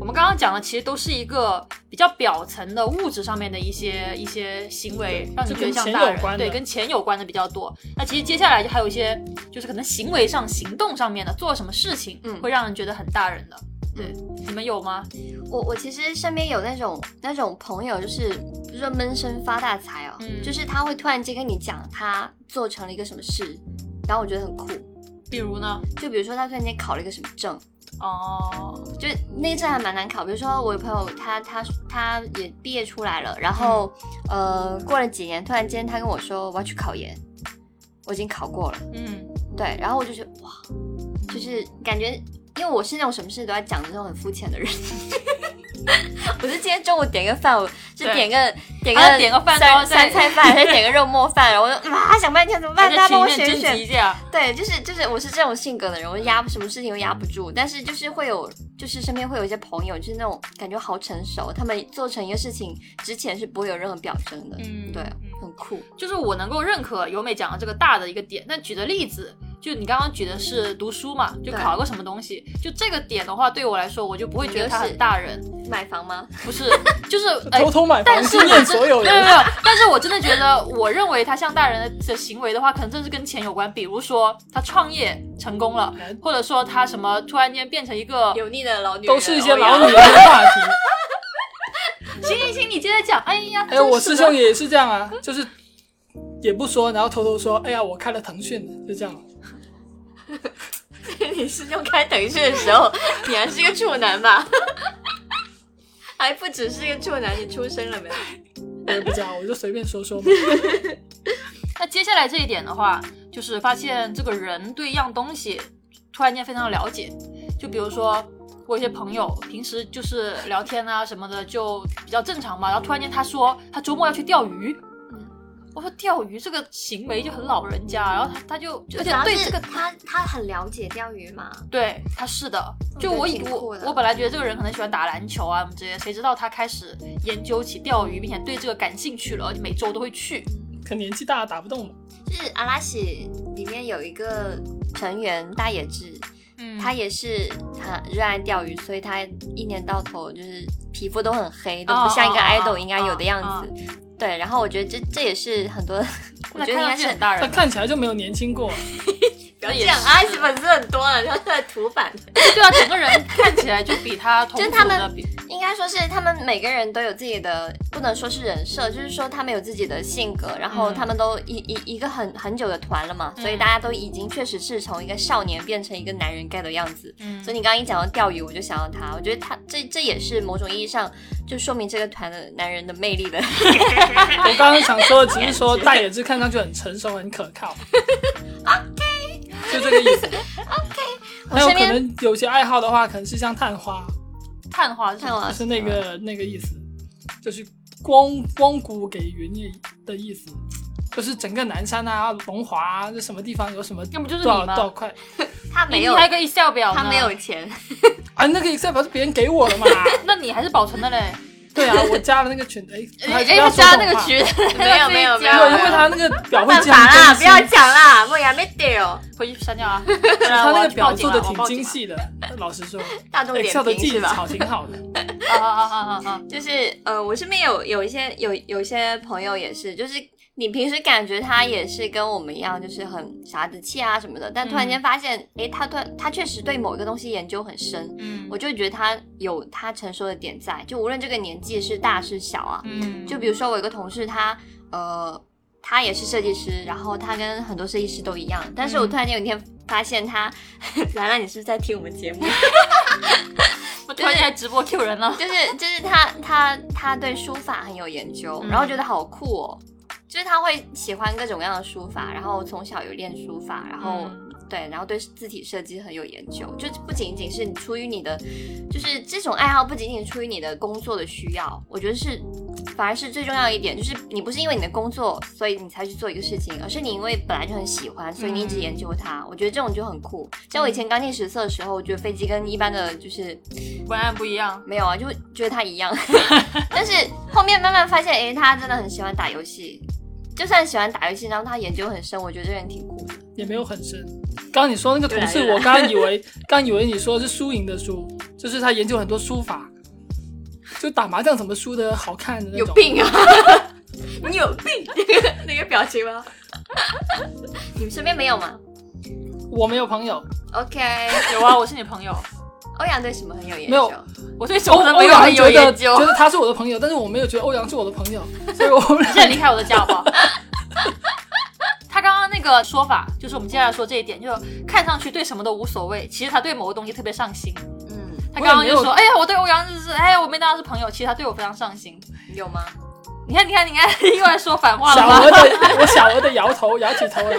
[SPEAKER 1] 我们刚刚讲的其实都是一个比较表层的物质上面的一些一些行为，让你觉得像
[SPEAKER 3] 就跟钱
[SPEAKER 1] 大
[SPEAKER 3] 有关
[SPEAKER 1] 人，
[SPEAKER 3] 的
[SPEAKER 1] 对，跟钱有关的比较多。那其实接下来就还有一些，就是可能行为上、行动上面的，做什么事情
[SPEAKER 2] 嗯
[SPEAKER 1] 会让人觉得很大人的，对，你们有吗？
[SPEAKER 2] 我我其实身边有那种那种朋友，就是不是说闷声发大财哦，
[SPEAKER 1] 嗯
[SPEAKER 2] 就是他会突然间跟你讲他做成了一个什么事，然后我觉得很酷。
[SPEAKER 1] 比如呢？
[SPEAKER 2] 就比如说他突然间考了一个什么证，
[SPEAKER 1] 哦，
[SPEAKER 2] 就那个证还蛮难考。比如说我有朋友他他他也毕业出来了，然后、
[SPEAKER 1] 嗯
[SPEAKER 2] 呃过了几年，突然间他跟我说我要去考研，我已经考过了。
[SPEAKER 1] 嗯，
[SPEAKER 2] 对，然后我就觉得哇，就是感觉因为我是那种什么事都要讲的那种很肤浅的人。 <laughs> 我是今天中午点个饭，我是
[SPEAKER 1] 对
[SPEAKER 2] 点个点
[SPEAKER 1] 还要
[SPEAKER 2] 个
[SPEAKER 1] 点个饭哦
[SPEAKER 2] 酸
[SPEAKER 1] 都要在
[SPEAKER 2] 酸菜饭，还是点个肉末饭，然后我就啊想半天怎么办？
[SPEAKER 1] 在
[SPEAKER 2] 大家帮
[SPEAKER 1] 群里
[SPEAKER 2] 我
[SPEAKER 1] 面
[SPEAKER 2] 选
[SPEAKER 1] 征
[SPEAKER 2] 一选
[SPEAKER 1] 集。一下，
[SPEAKER 2] 对，就是就是，我是这种性格的人，我压什么事情都压不住，但是就是会有，就是身边会有一些朋友，就是那种感觉好成熟，他们做成一个事情之前是不会有任何表征的，
[SPEAKER 1] 嗯
[SPEAKER 2] 对
[SPEAKER 1] 嗯，
[SPEAKER 2] 很酷，
[SPEAKER 1] 就是我能够认可由美讲的这个大的一个点，但举的例子，就你刚刚举的是读书嘛，就
[SPEAKER 2] 对
[SPEAKER 1] 考个什么东西，就这个点的话，对我来说，我就不会觉得他
[SPEAKER 2] 你就是
[SPEAKER 1] 很大人，
[SPEAKER 2] 买房吗？
[SPEAKER 1] 不是，
[SPEAKER 3] <laughs>
[SPEAKER 1] 就是哎
[SPEAKER 3] 偷。偷买房
[SPEAKER 1] 但是
[SPEAKER 3] 纪
[SPEAKER 1] 我
[SPEAKER 3] 念
[SPEAKER 1] 真
[SPEAKER 3] 所
[SPEAKER 2] <laughs>
[SPEAKER 3] 有
[SPEAKER 1] 没有没
[SPEAKER 3] 人。
[SPEAKER 1] 有，但是我真的觉得，我认为他像大人的行为的话，可能真的是跟钱有关。比如说他创业成功了，
[SPEAKER 3] 嗯
[SPEAKER 1] 或者说他什么突然间变成一个
[SPEAKER 2] 油腻的老女人，
[SPEAKER 3] 都是一些
[SPEAKER 1] 哦
[SPEAKER 3] 老女人的话题。
[SPEAKER 2] <laughs>
[SPEAKER 1] 行行行，你接着讲。哎呀，
[SPEAKER 3] 还有我
[SPEAKER 1] 真
[SPEAKER 3] 师
[SPEAKER 1] 是的
[SPEAKER 3] 兄也是这样啊，就是也不说，然后偷偷说，哎呀，我开了腾讯的，就这样。
[SPEAKER 2] <laughs> 你是用开腾讯的时 <laughs> 候，你还是个处男吧？ <laughs> 还不只是个处男，你出生了没有？
[SPEAKER 3] 我也不知道，我就随便说说嘛。
[SPEAKER 1] 那接下来这一点的话，就是发现这个人对一样东西突然间非常了解，就比如说。我有些朋友平时就是聊天啊什么的，就比较正常嘛。然后突然间他说他周末要去钓鱼，我说钓鱼这个行为就很老人家。然后他他就而且对这个
[SPEAKER 2] 他他很了解钓鱼嘛，
[SPEAKER 1] 对，他是的。
[SPEAKER 2] 嗯
[SPEAKER 1] 就
[SPEAKER 2] 对
[SPEAKER 1] 我以
[SPEAKER 2] 挺酷
[SPEAKER 1] 我
[SPEAKER 2] 的
[SPEAKER 1] 我本来觉得这个人可能喜欢打篮球啊什么这些，谁知道他开始研究起钓鱼，并且对这个感兴趣了，而且每周都会去。
[SPEAKER 3] 可年纪大了打
[SPEAKER 2] <laughs>
[SPEAKER 3] 不动嘛。
[SPEAKER 2] 就是阿拉喜里面有一个成员大野智，
[SPEAKER 1] 嗯
[SPEAKER 2] 他也是很热爱钓鱼，所以他一年到头就是皮肤都很黑，都
[SPEAKER 1] 哦
[SPEAKER 2] 不像一个
[SPEAKER 1] 哦哦
[SPEAKER 2] idol
[SPEAKER 1] 哦
[SPEAKER 2] 应该有的样
[SPEAKER 1] 哦
[SPEAKER 2] 子。对，然后我觉得这这也是很多，我
[SPEAKER 1] 那
[SPEAKER 2] 觉得
[SPEAKER 1] 看
[SPEAKER 2] 应该
[SPEAKER 1] 上去
[SPEAKER 2] 是
[SPEAKER 1] 很大人
[SPEAKER 3] 他
[SPEAKER 1] 了，
[SPEAKER 3] 看起来就没有年轻过，
[SPEAKER 2] 不要
[SPEAKER 1] 也
[SPEAKER 2] 这样，
[SPEAKER 1] 是
[SPEAKER 2] 阿拉喜粉丝很多了，然后他的土版。
[SPEAKER 1] <laughs> 对啊，整个人看起来就比他同
[SPEAKER 2] 就是
[SPEAKER 1] 组
[SPEAKER 2] 他们
[SPEAKER 1] 的比
[SPEAKER 2] 应该说是他们每个人都有自己的，不能说是人设，就是说他们有自己的性格，然后
[SPEAKER 1] 嗯
[SPEAKER 2] 他们都一一一个很很久的团了嘛，
[SPEAKER 1] 嗯
[SPEAKER 2] 所以大家都已经确实是从一个少年变成一个男人该的样子。
[SPEAKER 1] 嗯
[SPEAKER 2] 所以你刚刚一讲到钓鱼，我就想到他，我觉得他这这也是某种意义上就说明这个团的男人的魅力的。
[SPEAKER 3] 我刚刚想说的只是说大野智看上去很成熟、很可靠。OK，就这个意思。
[SPEAKER 2] 我
[SPEAKER 3] 还有
[SPEAKER 2] 身
[SPEAKER 3] 可
[SPEAKER 2] 边
[SPEAKER 3] 能有些爱好的话，可能是像探花，
[SPEAKER 1] 探花是什
[SPEAKER 2] 看
[SPEAKER 1] 么
[SPEAKER 2] 了
[SPEAKER 3] 就是那个那个意思，就是光光谷给云的意思，就是整个南山啊、龙华啊，这什么地方有什么，
[SPEAKER 1] 要不就是
[SPEAKER 3] 多少
[SPEAKER 1] 你吗
[SPEAKER 3] 多少块
[SPEAKER 2] <laughs> 他没有
[SPEAKER 1] 你还有个 Excel 表呢
[SPEAKER 2] 他没有，钱，
[SPEAKER 3] 啊？那个 Excel 表是别人给我的嘛？
[SPEAKER 1] 那你还是保存的嘞。
[SPEAKER 3] 对啊，我加了那个群，哎，我还
[SPEAKER 2] 哎
[SPEAKER 3] 是不要，说
[SPEAKER 2] 加
[SPEAKER 3] 这
[SPEAKER 2] 那
[SPEAKER 3] 种
[SPEAKER 2] 个
[SPEAKER 3] 话
[SPEAKER 2] 群， <laughs> 没有没有没
[SPEAKER 1] 加
[SPEAKER 2] 有
[SPEAKER 3] 对，因为
[SPEAKER 2] 没有，
[SPEAKER 3] 他那个
[SPEAKER 2] <laughs>
[SPEAKER 3] 表会
[SPEAKER 2] 犯
[SPEAKER 3] 经
[SPEAKER 2] 法
[SPEAKER 3] 常
[SPEAKER 2] 啦，
[SPEAKER 3] 更
[SPEAKER 2] 不
[SPEAKER 3] 新
[SPEAKER 2] 要讲啦，莫言没丢，
[SPEAKER 1] 回去删掉
[SPEAKER 2] <laughs>
[SPEAKER 1] 啊！
[SPEAKER 3] 他
[SPEAKER 1] 他
[SPEAKER 3] 那个表做
[SPEAKER 2] 啊
[SPEAKER 3] 的挺精细的，老实说
[SPEAKER 2] 大众点
[SPEAKER 3] ，Excel 的
[SPEAKER 2] 评
[SPEAKER 3] 技
[SPEAKER 2] 是吧？
[SPEAKER 3] 巧挺好的。
[SPEAKER 1] 啊啊啊啊啊！
[SPEAKER 2] 就是呃，我身边有有一些有有一些朋友也是，就是你平时感觉他也是跟我们一样，就是很傻子气啊什么的，但突然
[SPEAKER 1] 嗯
[SPEAKER 2] 间发现，诶，他突然他确实对某一个东西研究很深，
[SPEAKER 1] 嗯，
[SPEAKER 2] 我就觉得他有他成熟的点在，就无论这个年纪是大是小啊，
[SPEAKER 1] 嗯
[SPEAKER 2] 就比如说我有一个同事他，呃，他也是设计师，然后他跟很多设计师都一样，但是我
[SPEAKER 1] 嗯
[SPEAKER 2] 突然间有一天发现他， <laughs> 兰兰，你是不是在听我们节目？
[SPEAKER 1] 我突然间还直播 Q 人了。
[SPEAKER 2] 就是就是他他他对书法很有研究，
[SPEAKER 1] 嗯
[SPEAKER 2] 然后觉得好酷哦，就是他会喜欢各种各样的书法，然后从小有练书法，然后、
[SPEAKER 1] 嗯
[SPEAKER 2] 对，然后对字体设计很有研究，就不仅仅是你出于你的，就是这种爱好不仅仅出于你的工作的需要，我觉得是反而是最重要一点，就是你不是因为你的工作所以你才去做一个事情，而是你因为本来就很喜欢，所以你一直
[SPEAKER 1] 嗯
[SPEAKER 2] 研究它，我觉得这种就很酷。像我以前刚进实测的时候，我觉得飞机跟一般的就是
[SPEAKER 1] 文案不一样，
[SPEAKER 2] 没有啊，就觉得他一样。 <laughs> 但是后面慢慢发现，诶，他真的很喜欢打游戏，就算喜欢打游戏，然后他研究很深，我觉得这个人挺酷的。
[SPEAKER 3] 也没有很深。刚刚你说那个同事
[SPEAKER 2] 对，啊
[SPEAKER 3] 我刚以为刚以为你说的是输赢的输，就是他研究很多输法，就打麻将怎么输的好看的那
[SPEAKER 2] 有
[SPEAKER 3] 种。
[SPEAKER 2] 病啊！ <laughs> 你有病，那个那个表情吗？ <laughs> 你们身边没有吗
[SPEAKER 3] 我没有朋友，
[SPEAKER 2] ？OK，
[SPEAKER 1] 有啊，我是你朋友，
[SPEAKER 2] 欧阳对什么很有研
[SPEAKER 3] 没
[SPEAKER 2] 究
[SPEAKER 3] 有？
[SPEAKER 1] 我对熊
[SPEAKER 3] 欧
[SPEAKER 1] 的
[SPEAKER 3] 欧
[SPEAKER 1] 没有
[SPEAKER 3] 阳
[SPEAKER 1] 很有
[SPEAKER 3] 觉得
[SPEAKER 1] 研究
[SPEAKER 3] 觉。得他是我的朋友，但是我没有觉得欧阳是我的朋友，所以我们
[SPEAKER 1] 你现在
[SPEAKER 3] 俩
[SPEAKER 1] 离开我的家好不好？ <laughs> 他刚刚那个说法，就是我们接下来说这一点，就是看上去对什么都无所谓，其实他对某个东西特别上心。
[SPEAKER 2] 嗯，
[SPEAKER 1] 他刚
[SPEAKER 3] 我
[SPEAKER 1] 刚
[SPEAKER 3] 也没有
[SPEAKER 1] 就说：“哎呀，我对欧阳就是，哎呀，我没当他是朋友，其实他对我非常上心。
[SPEAKER 2] 有吗？”
[SPEAKER 1] 你看，你看，你 <laughs> 看，又来说反话
[SPEAKER 3] 小
[SPEAKER 1] 了
[SPEAKER 3] 额
[SPEAKER 1] 吧？
[SPEAKER 3] 的我小额的摇头摇起头来，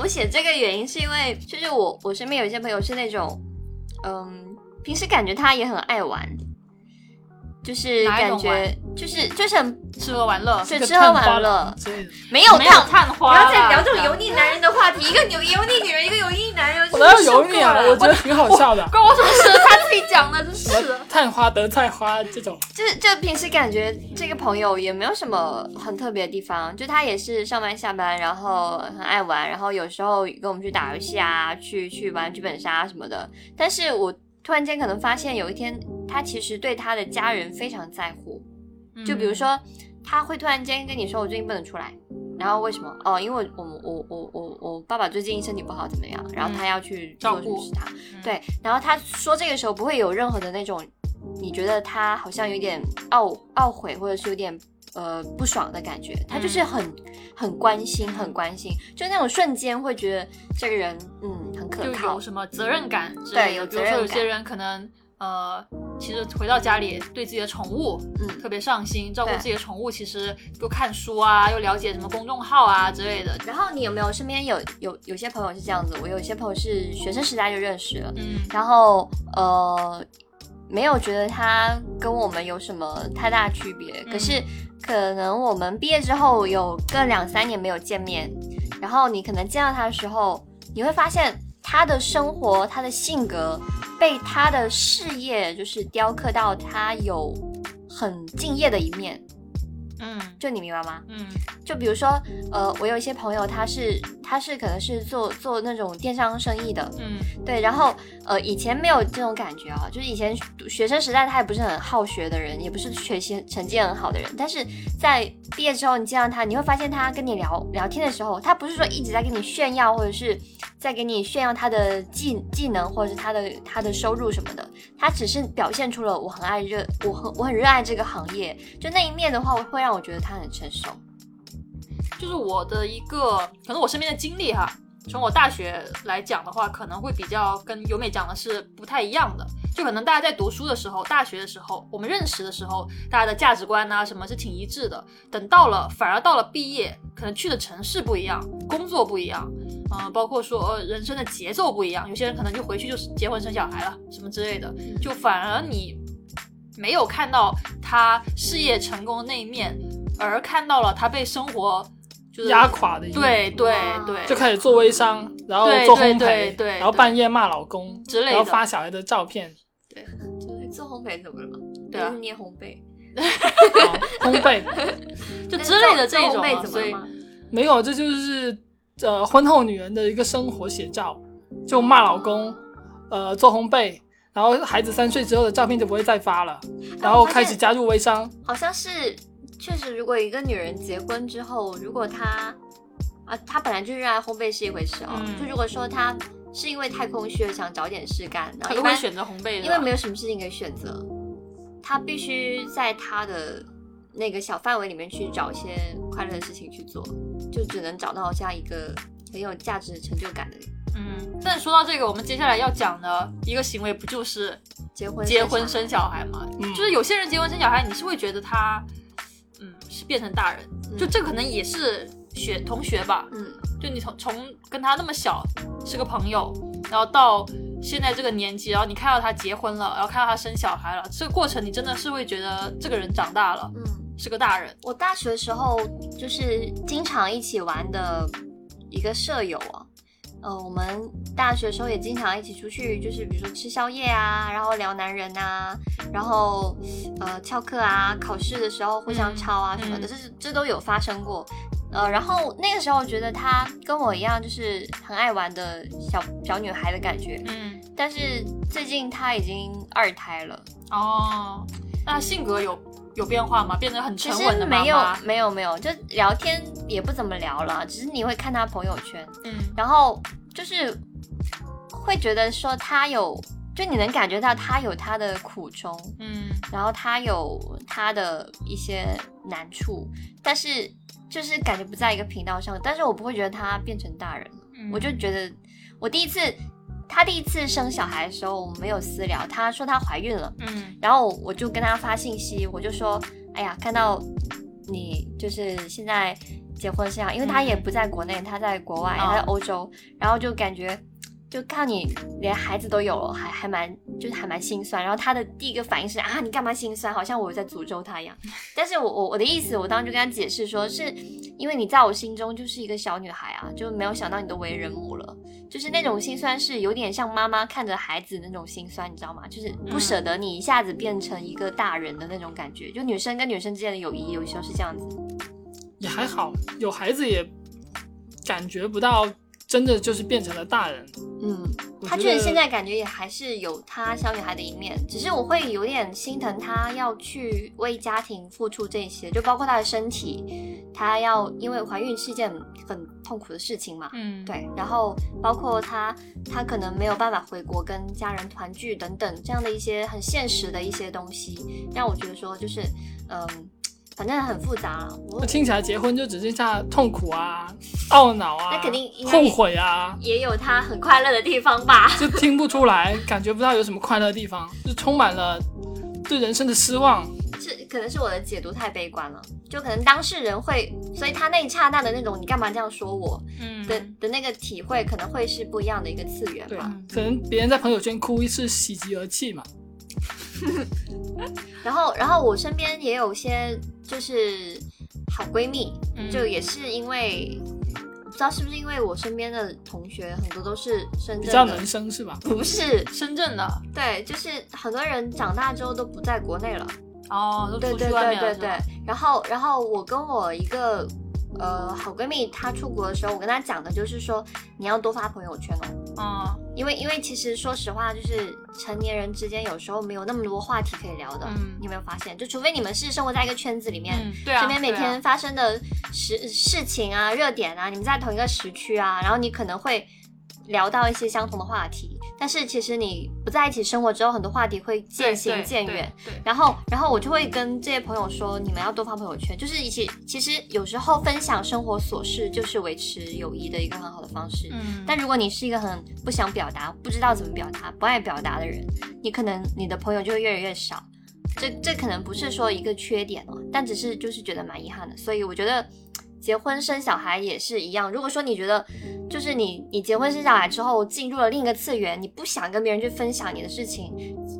[SPEAKER 2] 我写这个原因是因为，就是我我身边有一些朋友是那种，嗯，平时感觉他也很爱玩，就是
[SPEAKER 1] 哪一
[SPEAKER 2] 感
[SPEAKER 1] 种
[SPEAKER 2] 觉就是就是很
[SPEAKER 1] 吃喝玩乐，
[SPEAKER 2] 对
[SPEAKER 3] 这个
[SPEAKER 2] 吃喝
[SPEAKER 3] 探
[SPEAKER 2] 玩
[SPEAKER 3] 花
[SPEAKER 2] 乐
[SPEAKER 3] 郎之类的。
[SPEAKER 2] 没有
[SPEAKER 1] 没有
[SPEAKER 2] 烫。
[SPEAKER 1] 探
[SPEAKER 2] 不
[SPEAKER 1] 花啦，
[SPEAKER 2] 要再聊这种油腻男人的话题，一个油油腻女人，一个油腻男人，
[SPEAKER 3] 我哪有油腻啊？我觉得挺好笑的。
[SPEAKER 1] 关我什么事？
[SPEAKER 2] 他自己讲的，真是的。
[SPEAKER 3] 探花得菜花这种，
[SPEAKER 2] 就是就平时感觉这个朋友也没有什么很特别的地方，就他也是上班下班，然后很爱玩，然后有时候跟我们去打游戏啊，去去玩剧本杀啊什么的。但是我突然间可能发现，有一天他其实对他的家人非常在乎，
[SPEAKER 1] 嗯
[SPEAKER 2] 就比如说，他会突然间跟你说：“我最近不能出来。”然后为什么？哦，因为我我我我我我爸爸最近身体不好，怎么样？然后他要
[SPEAKER 1] 嗯
[SPEAKER 2] 去
[SPEAKER 1] 照
[SPEAKER 2] 做什么
[SPEAKER 1] 顾嗯
[SPEAKER 2] 事他对，然后他说这个时候不会有任何的那种，你觉得他好像有点懊懊悔，或者是有点呃不爽的感觉。
[SPEAKER 1] 嗯
[SPEAKER 2] 他就是很、很关心，很关心，就那种瞬间会觉得这个人嗯很可
[SPEAKER 1] 就
[SPEAKER 2] 靠
[SPEAKER 1] 有。什么责任感之
[SPEAKER 2] 对
[SPEAKER 1] 类
[SPEAKER 2] 有
[SPEAKER 1] 的。比
[SPEAKER 2] 责
[SPEAKER 1] 如
[SPEAKER 2] 任
[SPEAKER 1] 说有
[SPEAKER 2] 感
[SPEAKER 1] 些人可能呃，其实回到家里对自己的宠物
[SPEAKER 2] 嗯
[SPEAKER 1] 特别上心，照顾
[SPEAKER 2] 对
[SPEAKER 1] 自己的宠物，其实又看书啊，又了解什么公众号啊之类的。
[SPEAKER 2] 然后你有没有身边有有有些朋友是这样子？我有一些朋友是学生时代就认识了，
[SPEAKER 1] 嗯，
[SPEAKER 2] 然后呃，没有觉得他跟我们有什么太大区别，可是可能我们毕业之后有个两三年没有见面，然后你可能见到他的时候，你会发现他的生活、他的性格被他的事业就是雕刻到他有很敬业的一面，
[SPEAKER 1] 嗯
[SPEAKER 2] 就你明白吗？
[SPEAKER 1] 嗯
[SPEAKER 2] 就比如说，呃，我有一些朋友，他是他是可能是做做那种电商生意的，
[SPEAKER 1] 嗯
[SPEAKER 2] 对，然后呃，以前没有这种感觉啊，就是以前读学生时代他也不是很好学的人，也不是学习成绩很好的人，但是在毕业之后你见到他，你会发现他跟你聊聊天的时候，他不是说一直在跟你炫耀，或者是在给你炫耀他的技技能，或者是他的他的收入什么的，他只是表现出了我很爱热，我很我很热爱这个行业，就那一面的话，会让我觉得他很成熟。
[SPEAKER 1] 就是我的一个，可能我身边的经历哈，从我大学来讲的话，可能会比较跟由美讲的是不太一样的。就可能大家在读书的时候，大学的时候，我们认识的时候，大家的价值观啊什么是挺一致的。等到了，反而到了毕业，可能去的城市不一样，工作不一样，嗯、包括说、呃人生的节奏不一样。有些人可能就回去就是结婚生小孩了，什么之类的，就反而你没有看到他事业成功的那一面，而看到了他被生活就是
[SPEAKER 3] 压垮的一面
[SPEAKER 1] 对对
[SPEAKER 2] 哇
[SPEAKER 1] 对，
[SPEAKER 3] 就开始做微商，然后
[SPEAKER 1] 对
[SPEAKER 3] 做
[SPEAKER 1] 对
[SPEAKER 3] 烘焙，
[SPEAKER 1] 对对
[SPEAKER 3] 然后半夜骂老公
[SPEAKER 1] 之类的
[SPEAKER 3] 然后发小孩的照片，
[SPEAKER 2] 就是做烘焙怎么了嘛？
[SPEAKER 1] 对啊
[SPEAKER 2] 就是捏烘焙，
[SPEAKER 3] 啊烘焙 <laughs>
[SPEAKER 1] 就之类的
[SPEAKER 2] 做
[SPEAKER 1] 这一
[SPEAKER 2] 做
[SPEAKER 1] 种
[SPEAKER 2] 烘焙
[SPEAKER 1] 啊，
[SPEAKER 2] 怎么
[SPEAKER 1] 所
[SPEAKER 2] 了
[SPEAKER 1] 以
[SPEAKER 2] 嘛？
[SPEAKER 3] 没有，这就是呃婚后女人的一个生活写照，就骂老公，呃做烘焙，然后孩子三岁之后的照片就不会再发了，
[SPEAKER 2] 啊
[SPEAKER 3] 然后开始加入微商，
[SPEAKER 2] 好像是，确实，如果一个女人结婚之后，如果她啊，她本来就热爱烘焙是一回事哦。
[SPEAKER 1] 嗯
[SPEAKER 2] 就如果说她是因为太空虚了，想找点事干，然
[SPEAKER 1] 他
[SPEAKER 2] 后一
[SPEAKER 1] 都会
[SPEAKER 2] 般
[SPEAKER 1] 选择烘焙的，
[SPEAKER 2] 因为没有什么事情可以选择，她必须在她的那个小范围里面去找一些快乐的事情去做，就只能找到这样一个很有价值、成就感的
[SPEAKER 1] 嗯。但说到这个，我们接下来要讲的一个行为，不就是
[SPEAKER 2] 结婚
[SPEAKER 1] 结婚
[SPEAKER 2] 生
[SPEAKER 1] 生小孩嘛，
[SPEAKER 3] 嗯
[SPEAKER 1] 就是有些人结婚生小孩，你是会觉得他，嗯，是变成大人，
[SPEAKER 2] 嗯
[SPEAKER 1] 就这可能也是学同学吧，
[SPEAKER 2] 小孩嗯，
[SPEAKER 1] 就你从从跟他那么小是个朋友，然后到现在这个年纪，然后你看到他结婚了，然后看到他生小孩了，这个过程你真的是会觉得这个人长大了，
[SPEAKER 2] 嗯。
[SPEAKER 1] 是个大人，
[SPEAKER 2] 我大学时候就是经常一起玩的一个舍友啊，呃，我们大学时候也经常一起出去，就是比如说吃宵夜啊，然后聊男人啊，然后呃翘课啊，考试的时候互相抄啊
[SPEAKER 1] 嗯
[SPEAKER 2] 什么的，
[SPEAKER 1] 嗯
[SPEAKER 2] 这是这都有发生过。呃，然后那个时候我觉得她跟我一样，就是很爱玩的小小女孩的感觉，
[SPEAKER 1] 嗯，
[SPEAKER 2] 但是最近她已经二胎了。
[SPEAKER 1] 哦，那他性格有有变化吗？变得很
[SPEAKER 2] 其
[SPEAKER 1] 沉
[SPEAKER 2] 实
[SPEAKER 1] 稳的妈
[SPEAKER 2] 没有
[SPEAKER 1] 妈，
[SPEAKER 2] 没有没有，就聊天也不怎么聊了，只是你会看他朋友圈，
[SPEAKER 1] 嗯
[SPEAKER 2] 然后就是会觉得说他有，就你能感觉到他有他的苦衷，
[SPEAKER 1] 嗯
[SPEAKER 2] 然后他有他的一些难处，但是就是感觉不在一个频道上，但是我不会觉得他变成大人，
[SPEAKER 1] 嗯，
[SPEAKER 2] 我就觉得我第一次他第一次生小孩的时候，我们没有私聊，他说她怀孕了。
[SPEAKER 1] 嗯
[SPEAKER 2] 然后我就跟他发信息，我就说，哎呀，看到你就是现在结婚是这样，因为他也不在国内，他在国外，
[SPEAKER 1] 哦
[SPEAKER 2] 他在欧洲，然后就感觉。就看你连孩子都有了，还还蛮就是还蛮心酸。然后他的第一个反应是啊，你干嘛心酸？好像我在诅咒他一样。但是我我我的意思，我当时就跟他解释说，是因为你在我心中就是一个小女孩啊，就没有想到你都为人母了。就是那种心酸是有点像妈妈看着孩子的那种心酸，你知道吗？就是不舍
[SPEAKER 3] 嗯
[SPEAKER 2] 得你一下子变成一个大人的那种感觉。就女生跟女生之间的友谊，有时候是这样子。
[SPEAKER 3] 也还好，有孩子也感觉不到真的就是变成了大人。
[SPEAKER 2] 嗯，
[SPEAKER 3] 我
[SPEAKER 2] 她
[SPEAKER 3] 觉
[SPEAKER 2] 确实
[SPEAKER 3] 得
[SPEAKER 2] 现在感觉也还是有她小女孩的一面，只是我会有点心疼她要去为家庭付出这些，就包括她的身体，她要因为怀孕是一件很痛苦的事情嘛。
[SPEAKER 1] 嗯，
[SPEAKER 2] 对，然后包括她，她可能没有办法回国跟家人团聚等等，这样的一些很现实的一些东西，让我觉得说就是，嗯，反正很复杂了。我
[SPEAKER 3] 那呃听起来结婚就只剩下痛苦啊、懊恼啊、
[SPEAKER 2] 那肯定应该
[SPEAKER 3] 后悔啊，
[SPEAKER 2] 也有她很快乐的地方吧。 <laughs>
[SPEAKER 3] 就听不出来，感觉不到有什么快乐的地方，就充满了对人生的失望。
[SPEAKER 2] 是可能是我的解读太悲观了，就可能当事人会，所以他那一刹那的那种你干嘛这样说我
[SPEAKER 1] 嗯
[SPEAKER 2] 的的那个体会，可能会是不一样的一个次元
[SPEAKER 3] 对
[SPEAKER 2] 吧。，
[SPEAKER 3] 可能别人在朋友圈哭一次，喜极而泣嘛。
[SPEAKER 2] 然后，然后我身边也有些就是好闺蜜，
[SPEAKER 1] 嗯
[SPEAKER 2] 就也是因为。不知道是不是因为我身边的同学很多都是深
[SPEAKER 3] 比较
[SPEAKER 2] 圳的
[SPEAKER 3] 能，生是吧？
[SPEAKER 2] 不是
[SPEAKER 1] 深圳的
[SPEAKER 2] 对，就是很多人长大之后都不在国内了，
[SPEAKER 1] 哦，都
[SPEAKER 2] 对
[SPEAKER 1] 出
[SPEAKER 2] 对
[SPEAKER 1] 去外
[SPEAKER 2] 对
[SPEAKER 1] 面了
[SPEAKER 2] 对
[SPEAKER 1] 是
[SPEAKER 2] 对
[SPEAKER 1] 吧，
[SPEAKER 2] 然后然后我跟我一个呃好闺蜜，她出国的时候，我跟她讲的就是说你要多发朋友圈哦，
[SPEAKER 1] 哦，
[SPEAKER 2] 因为因为其实说实话，就是成年人之间有时候没有那么多话题可以聊的，
[SPEAKER 1] 嗯
[SPEAKER 2] 你有没有发现？就除非你们是生活在一个圈子里面。
[SPEAKER 1] 嗯，对啊，
[SPEAKER 2] 身边每
[SPEAKER 1] 对啊
[SPEAKER 2] 天发生的事、事情啊、热点啊，你们在同一个时区啊，然后你可能会聊到一些相同的话题，但是其实你不在一起生活之后，很多话题会渐行
[SPEAKER 1] 对
[SPEAKER 2] 渐
[SPEAKER 1] 对
[SPEAKER 2] 远。
[SPEAKER 1] 对，
[SPEAKER 2] 然后，然后我就会跟这些朋友说，你们要多发朋友圈，就是一起。其实有时候分享生活琐事，就是维持友谊的一个很好的方式。
[SPEAKER 1] 嗯，
[SPEAKER 2] 但如果你是一个很不想表达、不知道怎么表达、不爱表达的人，你可能你的朋友就会越来越少。这这可能不是说一个缺点哦，但只是就是觉得蛮遗憾的。所以我觉得结婚生小孩也是一样。如果说你觉得就是你你结婚生小孩之后进入了另一个次元，你不想跟别人去分享你的事情，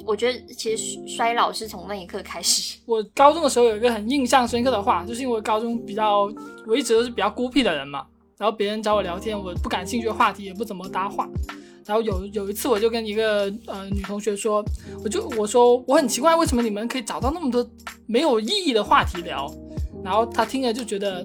[SPEAKER 2] 我觉得其实衰老是从那一刻开始。
[SPEAKER 3] 我高中的时候有一个很印象深刻的话，就是因为我高中比较，我一直都是比较孤僻的人嘛，然后别人找我聊天，我不感兴趣的话题也不怎么搭话。然后有有一次，我就跟一个呃女同学说，我就我说我很奇怪，为什么你们可以找到那么多没有意义的话题聊？然后她听了就觉得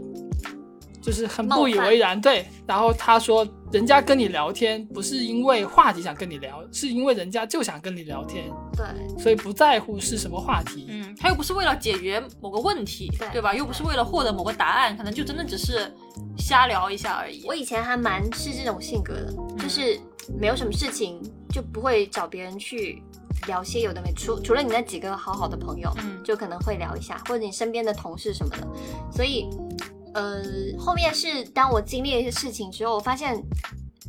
[SPEAKER 3] 就是很不以为然，对。然后她说，人家跟你聊天不是因为话题想跟你聊，是因为人家就想跟你聊天，
[SPEAKER 2] 对，
[SPEAKER 3] 所以不在乎是什么话题。
[SPEAKER 1] 嗯，他又不是为了解决某个问题，
[SPEAKER 2] 对
[SPEAKER 1] 对吧？又不是为了获得某个答案，可能就真的只是瞎聊一下而已。
[SPEAKER 2] 我以前还蛮是这种性格的，就是没有什么事情就不会找别人去聊些有的没，除除了你那几个好好的朋友，
[SPEAKER 1] 嗯
[SPEAKER 2] 就可能会聊一下，或者你身边的同事什么的。所以，呃，后面是当我经历了一些事情之后，我发现。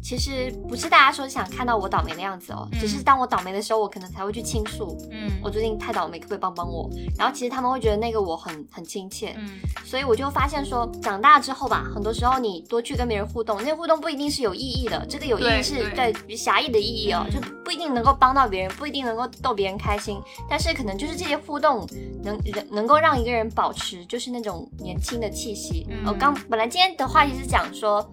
[SPEAKER 2] 其实不是大家说想看到我倒霉的样子哦，
[SPEAKER 1] 嗯
[SPEAKER 2] 只是当我倒霉的时候，我可能才会去倾诉，
[SPEAKER 1] 嗯，
[SPEAKER 2] 我最近太倒霉，可不可以帮帮我？然后其实他们会觉得那个我很很亲切，
[SPEAKER 1] 嗯
[SPEAKER 2] 所以我就发现说，长大之后吧，很多时候你多去跟别人互动，那些互动不一定是有意义的，这个有意义
[SPEAKER 1] 对
[SPEAKER 2] 是
[SPEAKER 1] 对
[SPEAKER 2] 对狭义的意义哦，
[SPEAKER 1] 嗯
[SPEAKER 2] 就不一定能够帮到别人，不一定能够逗别人开心，但是可能就是这些互动能能能够让一个人保持就是那种年轻的气息。
[SPEAKER 1] 嗯
[SPEAKER 2] 我刚本来今天的话题是讲说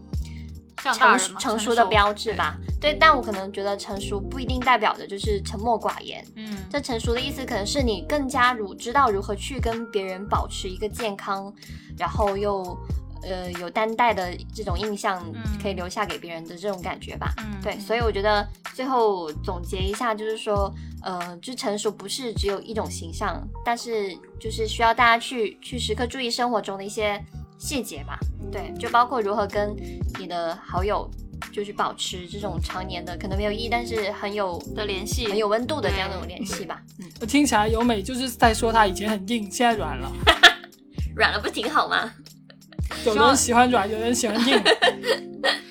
[SPEAKER 1] 像大
[SPEAKER 2] 成
[SPEAKER 1] 人
[SPEAKER 2] 熟
[SPEAKER 1] 嘛
[SPEAKER 2] 成
[SPEAKER 1] 成熟
[SPEAKER 2] 熟的标志吧，对，但我可能觉得成熟不一定代表着就是沉默寡言，
[SPEAKER 1] 嗯，
[SPEAKER 2] 这成熟的意思可能是你更加如知道如何去跟别人保持一个健康，然后又呃有担待的这种印象
[SPEAKER 1] 嗯
[SPEAKER 2] 可以留下给别人的这种感觉吧。
[SPEAKER 1] 嗯
[SPEAKER 2] 对，所以我觉得最后总结一下，就是说，呃，就成熟不是只有一种形象，但是就是需要大家去去时刻注意生活中的一些细节吧。对，就包括如何跟你的好友就是保持这种常年的可能没有意义，但是很有
[SPEAKER 1] 嗯的联系
[SPEAKER 2] 很有温度的这样的一种联系吧。
[SPEAKER 3] 我听起来由美就是在说她以前很硬，现在软了。
[SPEAKER 2] 软了不挺好吗？
[SPEAKER 3] 有
[SPEAKER 1] 希望
[SPEAKER 3] 人喜欢软，有人喜欢硬。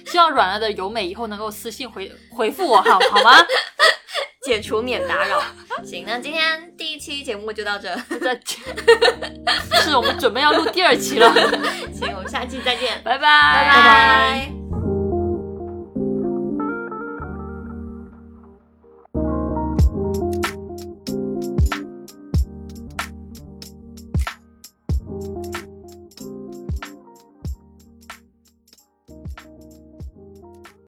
[SPEAKER 1] 希望软了的由美以后能够私信回回复我，好好吗？
[SPEAKER 2] <laughs> 解除免打扰。行，那今天第一期节目就到这， <laughs>
[SPEAKER 1] 再见。 <laughs> 是我们准备要录第二期了，
[SPEAKER 2] 行，我们下期再见，
[SPEAKER 1] 拜拜，拜
[SPEAKER 2] 拜。